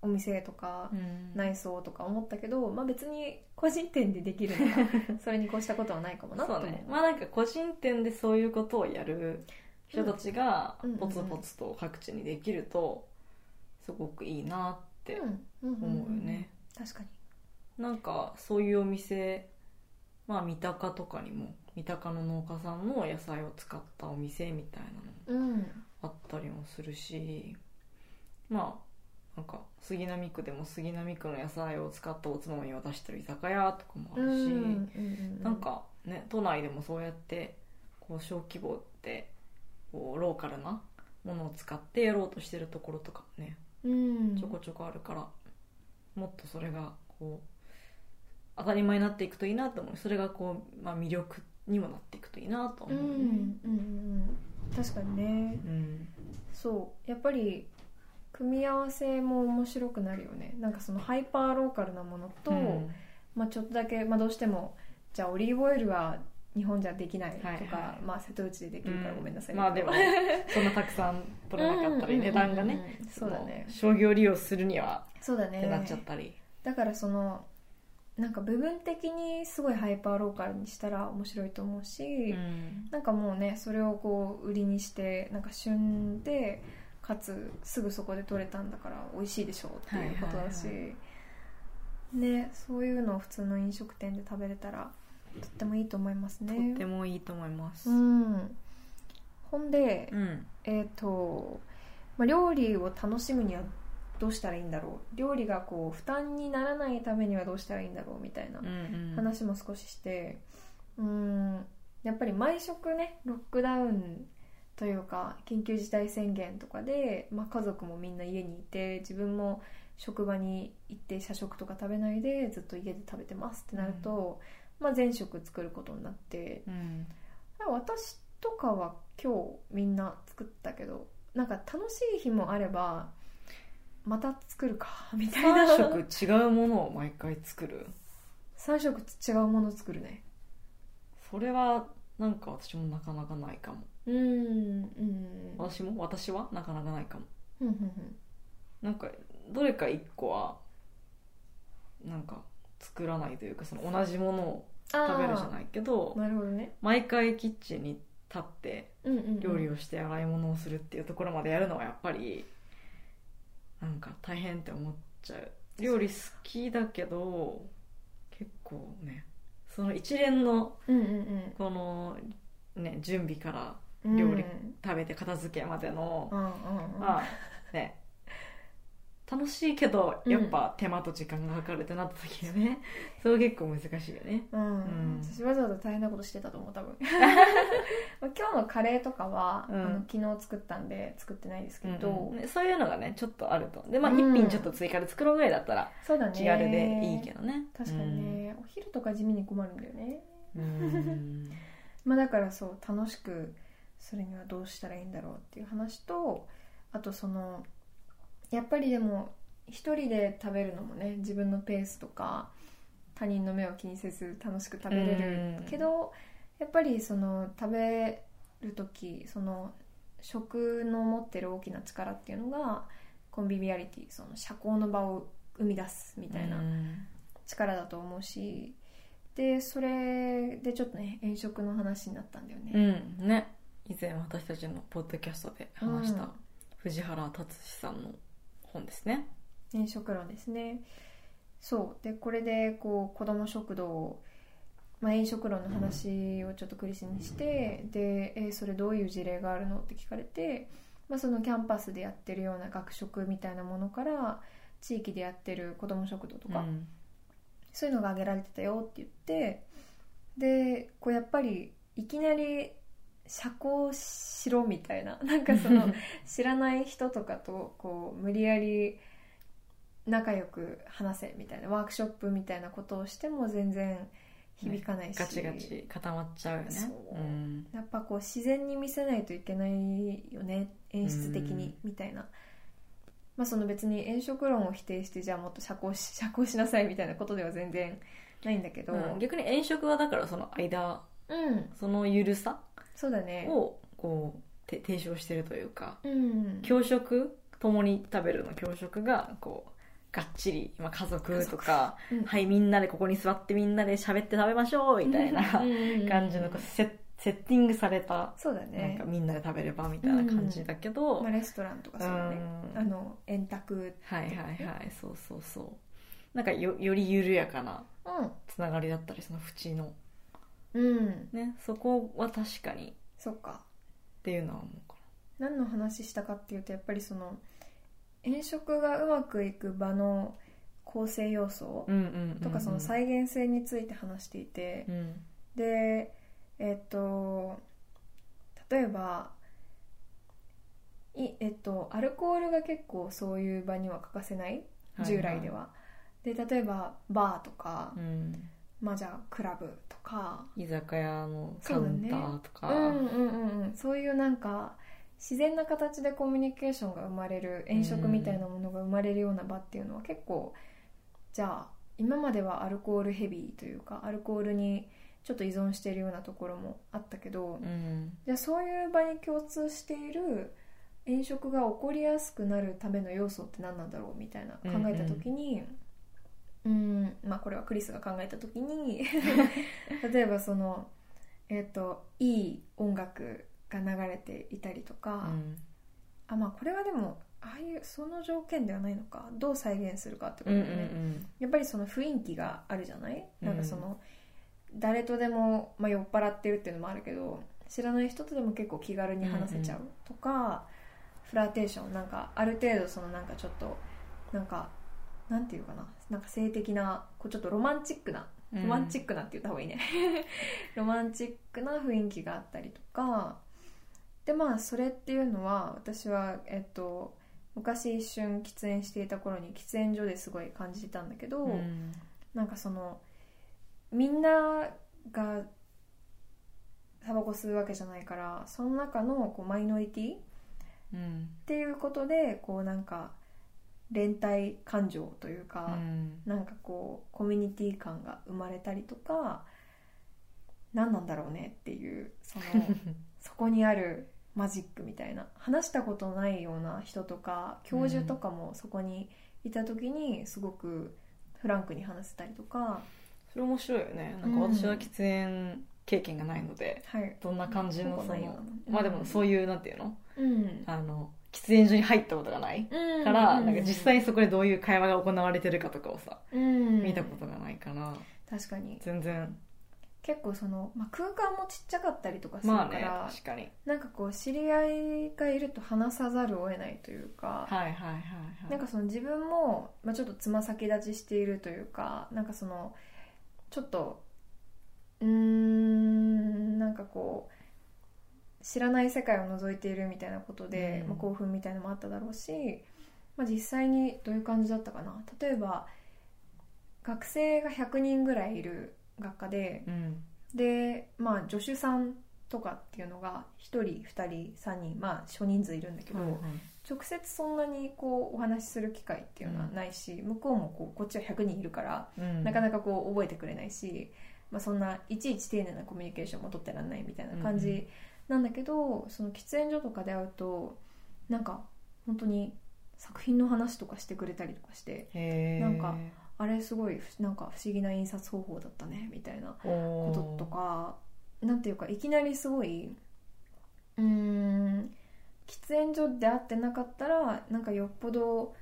B: お店とか
A: うん
B: 内装とか思ったけど、まあ、別に個人店でできるのが それに越したことはないかもなと
A: そ
B: 思
A: う
B: う
A: ねまあなんか個人店でそういうことをやる人たちが
B: うん
A: ポツポツと各地にできるとすごくいいなって
B: うんうん
A: 思うよね、
B: 確かに
A: なんかそういうお店まあ三鷹とかにも三鷹の農家さんの野菜を使ったお店みたいなのも
B: うん
A: あったりもするしまあなんか杉並区でも杉並区の野菜を使ったおつまみを出してる居酒屋とかもあ
B: う
A: るし、
B: んうんうん
A: なんかね都内でもそうやってこう小規模でこうローカルなものを使ってやろうとしてるところとかもね
B: うん
A: ちょこちょこあるから、もっとそれがこう当たり前になっていくといいなと思うそれがこう、まあ、魅力にもなっていくといいなと
B: う
A: 思
B: ん
A: う、
B: うんうんうん確かにね
A: うん
B: そうやっぱり組み合わせも面白くなるよねなんかそのハイパーローカルなものと、
A: うん
B: まあ、ちょっとだけ、まあ、どうしてもじゃあオリーブオイルは日本じゃできないとか、
A: はいはい
B: まあ、瀬戸内でできるからごめんなさい、
A: まあでもそんなたくさん取れなかったり値段が
B: うんうん
A: ね
B: うんうんそうだね
A: その商業利用するには
B: そうだ
A: ってなっ
B: ね
A: ちゃったり、
B: だからそのなんか部分的にすごいハイパーローカルにしたら面白いと思うし、
A: うん
B: なんかもうねそれをこう売りにしてなんか旬でかつすぐそこで取れたんだから美味しいでしょうっていうことだし、
A: はいは
B: ねそういうのを普通の飲食店で食べれたらとってもいいと思いますね
A: とってもいいと思います、
B: うんほんで、
A: うん
B: えっ、と、まあ、料理を楽しむにはどうしたらいいんだろう料理がこう負担にならないためにはどうしたらいいんだろうみたいな
A: うんうん
B: 話も少ししてうんやっぱり毎食ねロックダウンというか緊急事態宣言とかで、まあ、家族もみんな家にいて自分も職場に行って社食とか食べないでずっと家で食べてますってなると、まあ、全食作ることになって
A: うん
B: 私とかは今日みんな作ったけどなんか楽しい日もあればまた作るかみたいな
A: 3食違うものを毎回作る
B: 3食違うもの作るね
A: それはなんか私もなかなかないかも
B: うんうんうん
A: 私も私はなかなかないかも
B: うんうん
A: なんかどれか1個はなんか作らないというかその同じものを食べるじゃないけど
B: なるほどね、
A: 毎回キッチンに立って
B: うんうんうん、
A: 料理をして洗い物をするっていうところまでやるのはやっぱりなんか大変って思っちゃう料理好きだけど結構ねその一連の
B: うんうん
A: このね準備から
B: うん
A: 料理
B: うん
A: 食べて片付けまでの
B: うんうんうん
A: まあね楽しいけどやっぱ手間と時間がかかるってなった時はね、それ結構難しいよね
B: うん
A: うん
B: 私わざわざ大変なことしてたと 思う多分まあ今日のカレーとかは、
A: うん
B: あの昨日作ったんで作ってないですけど、
A: ねそういうのがねちょっとあるとでまあ
B: うん
A: 一品ちょっと追加で作ろうぐらいだったら
B: そうだね
A: 気軽でいいけどね
B: 確かにね、お昼とか地味に困るんだよね
A: うんうん
B: まあだからそう楽しくするにはどうしたらいいんだろうっていう話とあとそのやっぱりでも一人で食べるのもね自分のペースとか他人の目を気にせず楽しく食べれ
A: うん
B: るけどやっぱりその食べる時その食の持ってる大きな力っていうのがコンビビアリティその社交の場を生み出すみたいな
A: うん
B: 力だと思うしでそれでちょっとね遠食の話になったんだよ
A: う
B: ね、
A: んね以前私たちのポッドキャストで話した藤原達史さんの本ですね
B: 遠食論ですねそうでこれでこう子ども食堂、まあ、遠食論の話をちょっとクリスにしてで、えーそれどういう事例があるのって聞かれて、まあ、そのキャンパスでやってるような学食みたいなものから地域でやってる子ども食堂とか、
A: うん
B: そういうのが挙げられてたよって言ってでこうやっぱりいきなり社交しろみたいな なんかその 知らない人とかとこう無理やり仲良く話せみたいなワークショップみたいなことをしても全然響かないし、
A: ガチガチ固まっちゃうよね
B: そう
A: うん
B: やっぱこう自然に見せないといけないよね演出的にみたいな、まあ、その別に演食論を否定してじゃあもっと社交し社 交しなさいみたいなことでは全然ないんだけど、
A: うん逆に遠食はだからその間
B: うん、
A: そのゆるさ
B: そうだね。
A: をこうて提唱してるというか
B: うん。
A: 教食共に食べるの教食がこうがっちり、まあ、家族とか
B: うん
A: はいみんなでここに座ってみんなで喋って食べましょうみたい な感じのこ
B: こ
A: うセセッティングされた
B: そうだ
A: なん
B: ね
A: か。みんなで食べればみたいな感じだけど、
B: まあ、レストランとかそうだね。
A: うん
B: あの、円卓。
A: はいはいはいそうそうそうなんかよより緩やかなつながりだったりその縁の
B: うん。うん。
A: ねそこは確かにっ
B: そっか。
A: ていうのは思うか
B: 何の話したかっていうと、やっぱりその、飲食がうまくいく場の構成要素
A: らうんうんうんうん
B: とか、その再現性について話していて、
A: うん
B: で、えっと、例えば、いえっと、アルコールが結構そういう場には欠かせない従来では、で例えばバーとか、
A: うん、
B: まあじゃあクラブとか
A: 居酒屋のカウンターとか
B: うんうんうんうんそういうなんか自然な形でコミュニケーションが生まれる飲食みたいなものが生まれるような場っていうのは結構じゃあ今まではアルコールヘビーというかアルコールにちょっと依存しているようなところもあったけど、
A: うん
B: じゃあそういう場に共通している飲食が起こりやすくなるための要素って何なんだろうみたいな
A: うん
B: 考えた時にうん,、まあこれはクリスが考えた時に 例えばそのえっ、といい音楽が流れていたりと
A: う
B: か、
A: ん
B: あまあこれはでもああいうその条件ではないのかどう再現するかってこ
A: う
B: と
A: ん
B: だ
A: う
B: よね、
A: ん
B: やっぱりその雰囲気があるじゃない、
A: うん
B: なんかその誰とでも、まあ、酔っ払ってるっていうのもあるけど知らない人とでも結構気軽に話せちゃうとか、フラーテーションなんかある程度そのなんかちょっとなんかなんていうかななんか性的なこうちょっとロマンチックな
A: うん
B: ロマンチックなって言った方 がいいねロマンチックな雰囲気があったりとかでまあそれっていうのは私はえっと昔一瞬喫煙していた頃に喫煙所ですごい感じてたんだけど、
A: うん
B: なんかそのみんながタバコ吸うわけじゃないからその中のこうマイノリティっ
A: うん
B: ていうことでこうなんか連帯感情というか、
A: うん
B: なんかこうコミュニティ感が生まれたりとか何なんだろうねっていうそ のそこにあるマジックみたいな話したことないような人とか教授とかもそこにいた時にすごくフランクに話せたりとか、
A: それ面白いよねなんか私は喫煙経験がないので
B: はい、
A: どんな感じのそ
B: そ
A: のまあでもそう
B: いう、
A: いうなんていうの
B: うん
A: あの喫煙所に入ったことがない
B: うん
A: からなんか実際にそこでどういう会話が行われてるかとかをさ見
B: 見
A: たことがないから
B: 確かに
A: 全然
B: 結構その、まあ、空間もちっちゃかったりとかする
A: ま
B: か
A: あ
B: ら、
A: ね確かに
B: なんかこう知り合いがいると話さざるを得ないというか、
A: はいはいはいはい
B: なんかその自分も、まあ、ちょっとつま先立ちしているというかなんかそのちょっとうーんなんかこう知らない世界を覗いているみたいなことで、
A: うん
B: まあ、興奮みたいなのもあっただろうし、まあ、実際にどういう感じだったかな例えば学生が100人ぐらいいる学科で
A: うん
B: で、まあ、助手さんとかっていうのが1人2人3人まあ少人数いるんだけど。
A: はいはい
B: 直接そんなにこうお話しする機会っていうのはないし、向こうもこうこっちは100人いるから、
A: うん
B: なかなかこう覚えてくれないし、まあ、そんないちいち丁寧なコミュニケーションも取ってらんないみたいな感
A: うんう
B: じなんだけど、その喫煙所とかで会うとなんか本当に作品の話とかしてくれたりとかして
A: へー
B: なんかあれすごいふなんか不思議な印刷方法だったねみたいなこ
A: こと
B: とかなんていうかいきなりすごいうーん喫煙所で会ってなかったらなんかよっぽど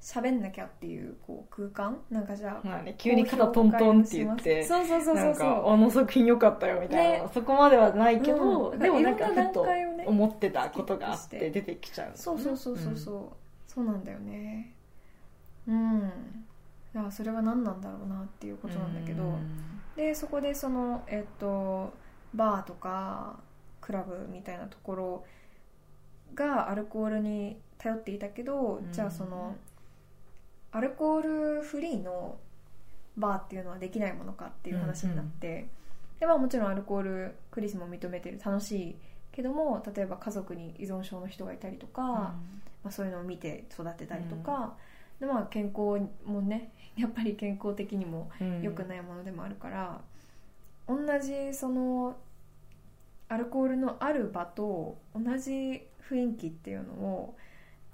B: 喋んなきゃっていうこう空間なんかじゃあ
A: まあね急に肩トントンって言って
B: そうそうそうそ
A: なん
B: う
A: か
B: そ
A: あの作品良かったよみたいな、
B: ね
A: そこまではな
B: う
A: いけど、
B: う
A: でもなんか
B: い
A: ふ
B: ろん
A: と
B: 段階をね
A: 思ってたことがあっ
B: スキップして
A: て出てきちゃうのね
B: そうそうそうそうそう、そうなんだよねうんいやそれは何なんだろうなっていうことなんだけど、でそこでそのえっとバーとかクラブみたいなところがアルコールに頼っていたけど、
A: うん
B: じゃあそのアルコールフリーのバーっていうのはできないものかっていう話になって、でまあもちろんアルコールクリスも認めてる楽しいけども例えば家族に依存症の人がいたりとか、
A: うん
B: まあ、そういうのを見て育てたりとか、でまあ健康もねやっぱり健康的にも
A: うん
B: 良くないものでもあるから、同じそのアルコールのある場と同じ雰囲気っていうのを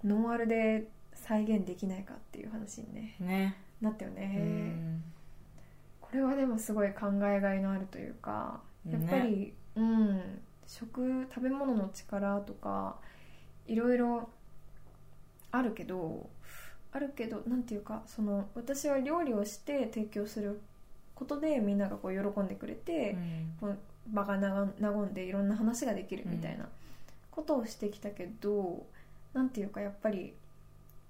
B: ノンアルで再現できないかっていう話に、ね、
A: ね、
B: なったよね、
A: うん
B: これはでもすごい考えがいのあるというかやっぱり、
A: ね
B: うん食食べ物の力とかいろいろあるけどあるけどなんていうかその私は料理をして提供することでみんながこう喜んでくれて、
A: うん
B: こう場がなが和んでいろんな話ができるみたいなことをしてきたけど、なんていうかやっぱり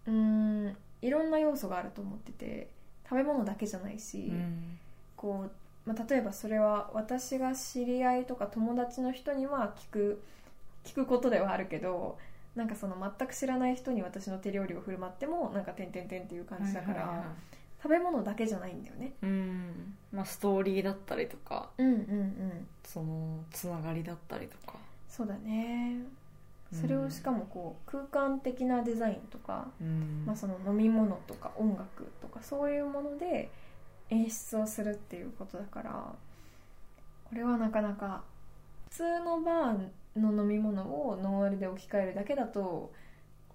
B: うーんいろんな要素があると思ってて食べ物だけじゃないし、
A: うん
B: こう、まあ、例えばそれは私が知り合いとか友達の人には聞く聞くことではあるけどなんかその全く知らない人に私の手料理を振る舞ってもなんか「てんてんてん」っていう感じだから、
A: はいはいはい
B: 食べ物だけじゃないんだよね
A: うんまあストーリーだったりとか
B: うんうんうん
A: そのつながりだったりとか
B: そうだねそれをしかもこう空間的なデザインとか、
A: うん
B: まあ、その飲み物とか音楽とかそういうもので演出をするっていうことだからこれはなかなか普通のバーの飲み物をノンアルで置き換えるだけだと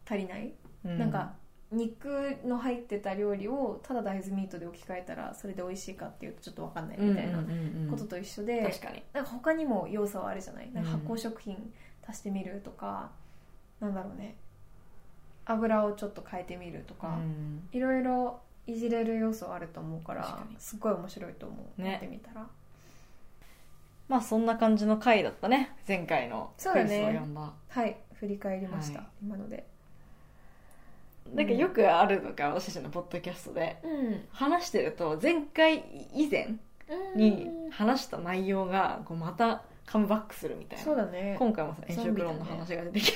B: 足りない、
A: うん
B: なんか肉の入ってた料理をただ大豆ミートで置き換えたらそれで美味しいかっていうとちょっと分かんないみたいな
A: うんうんうんうん
B: ことと一緒で、
A: 確かに
B: なんか他にも要素はあるじゃないなんか
A: うん
B: 発酵食品足してみるとか、なんだろうね油をちょっと変えてみるとか、
A: うん
B: いろいろいじれる要素はあると思うから
A: 確かに
B: すごい面白いと思う、
A: ね
B: やってみたら
A: まあそんな感じの回だったね前回のク
B: そうだ
A: イズ
B: ね
A: を読んだ
B: はい振り返りました、
A: はい
B: 今ので
A: なんかよくあるのが私たちのポッドキャストで
B: うん
A: 話してると前回以前に話した内容がこうまたカムバックするみたいな
B: そうだね
A: 今回もさ「
B: ゾ
A: 円
B: ンビ
A: 食
B: だね
A: 論」の話が出て きて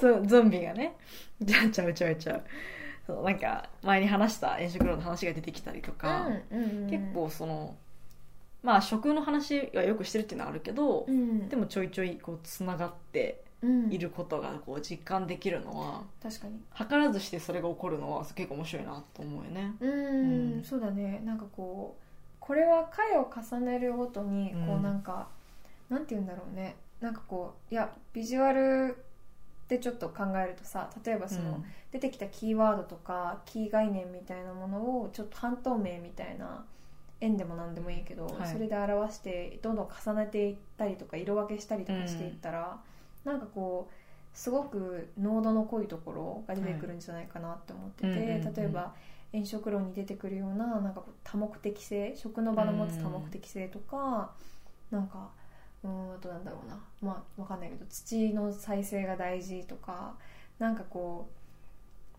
A: そうゾンビがねじゃあちゃうちゃうちゃうそうなんか前に話した円食論の話が出てきたりとか、
B: うんうんうん
A: 結構そのまあ食の話はよくしてるっていうのはあるけど、
B: うん
A: でもちょいちょいこうつながって
B: うん
A: いることがこう実感できるのは
B: 確かに
A: 図らずしてそれが起こるのは結構面白いなと思うよね。
B: うん、
A: うん
B: そうだねなんかこうこれは回を重ねるごとにこ
A: う
B: うんなんか、なんて言うんだろうねなんかこういやビジュアルってちょっと考えるとさ例えばその、
A: うん
B: 出てきたキーワードとかキー概念みたいなものをちょっと半透明みたいな円でも何でもいいけど、
A: はい
B: それで表してどんどん重ねていったりとか色分けしたりとかしていったら、なんかこうすごく濃度の濃いところが出てくるんじゃないかなって思ってて、
A: はいうんうんうん
B: 例えば炎色論に出てくるようななんかこう多目的性食の場の持つ多目的性とか、なんかうーんあとなんだろうなまあわかんないけど土の再生が大事とかなんかこう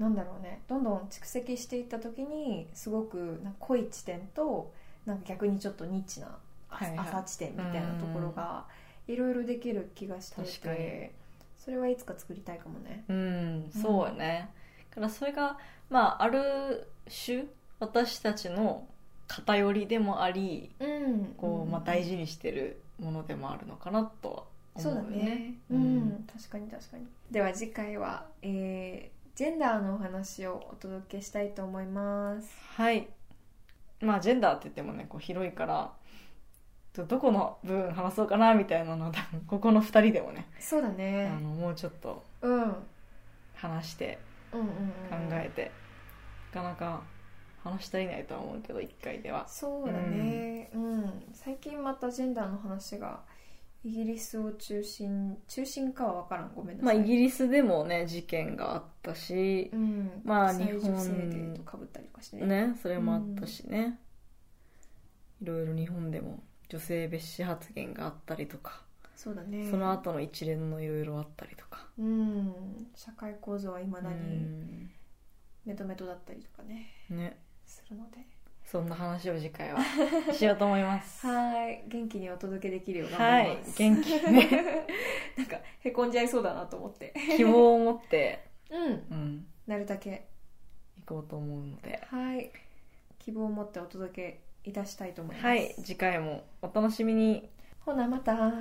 B: なんだろうねどんどん蓄積していった時にすごくなんか濃い地点となんか逆にちょっとニッチな
A: はいはい
B: 朝地点みたいなところがいろいろできる気がしてい
A: 確か
B: てそれはいつか作りたいかもね。
A: うん、そうよね。だからそれが、まあ、ある種、私たちの偏りでもあり、
B: うん、
A: こう、まあ、大事にしてるものでもあるのかなとは
B: そ
A: 思
B: う
A: う
B: だ
A: よ
B: ね
A: ね。、
B: う
A: うんん
B: 確かに確かにでは次回は、えージェンダーのお話をお届けしたいと思います
A: はい。まあ、ジェンダーって言ってもね、こう、広いから、どどこの部分話そうかな、みたいなのは多分、ここの二人でもね、
B: そうだ
A: あ
B: ね、
A: の、もうちょっと
B: うん、うんうん
A: 話して、
B: うん
A: 考えて、なかなか話し足りないとは思うけど、一回では。
B: そうだねうん、最近またジェンダーの話がイギリスを中心中心かは分からんごめんな
A: ま
B: さ
A: あ、
B: い、
A: イギリスでもね、事件があったし
B: う、ん、
A: まあ
B: 国際
A: 日本
B: 女性デーとかぶったりとかしてね
A: ねそれもあったしね、いろいろ日本でも女性蔑視発言があったりとか、
B: そうだね
A: その後の一連のいろいろあったりとか、
B: うん社会構造はいまだ
A: う
B: に
A: ん
B: メトメトだったりとかね
A: ね
B: するので
A: そんな話を次回はしようと思い ます
B: はい元気にお届けできるよう頑
A: は
B: 張り
A: い
B: ます、
A: 元気にね
B: なんかへこんじゃいそうだなと思って
A: 希望を持って、
B: うん
A: うん、
B: なるだけ
A: 行こうと思うので
B: はい希望を持ってお届けいたしたいと思います、
A: はい次回もお楽しみに
B: ほなまた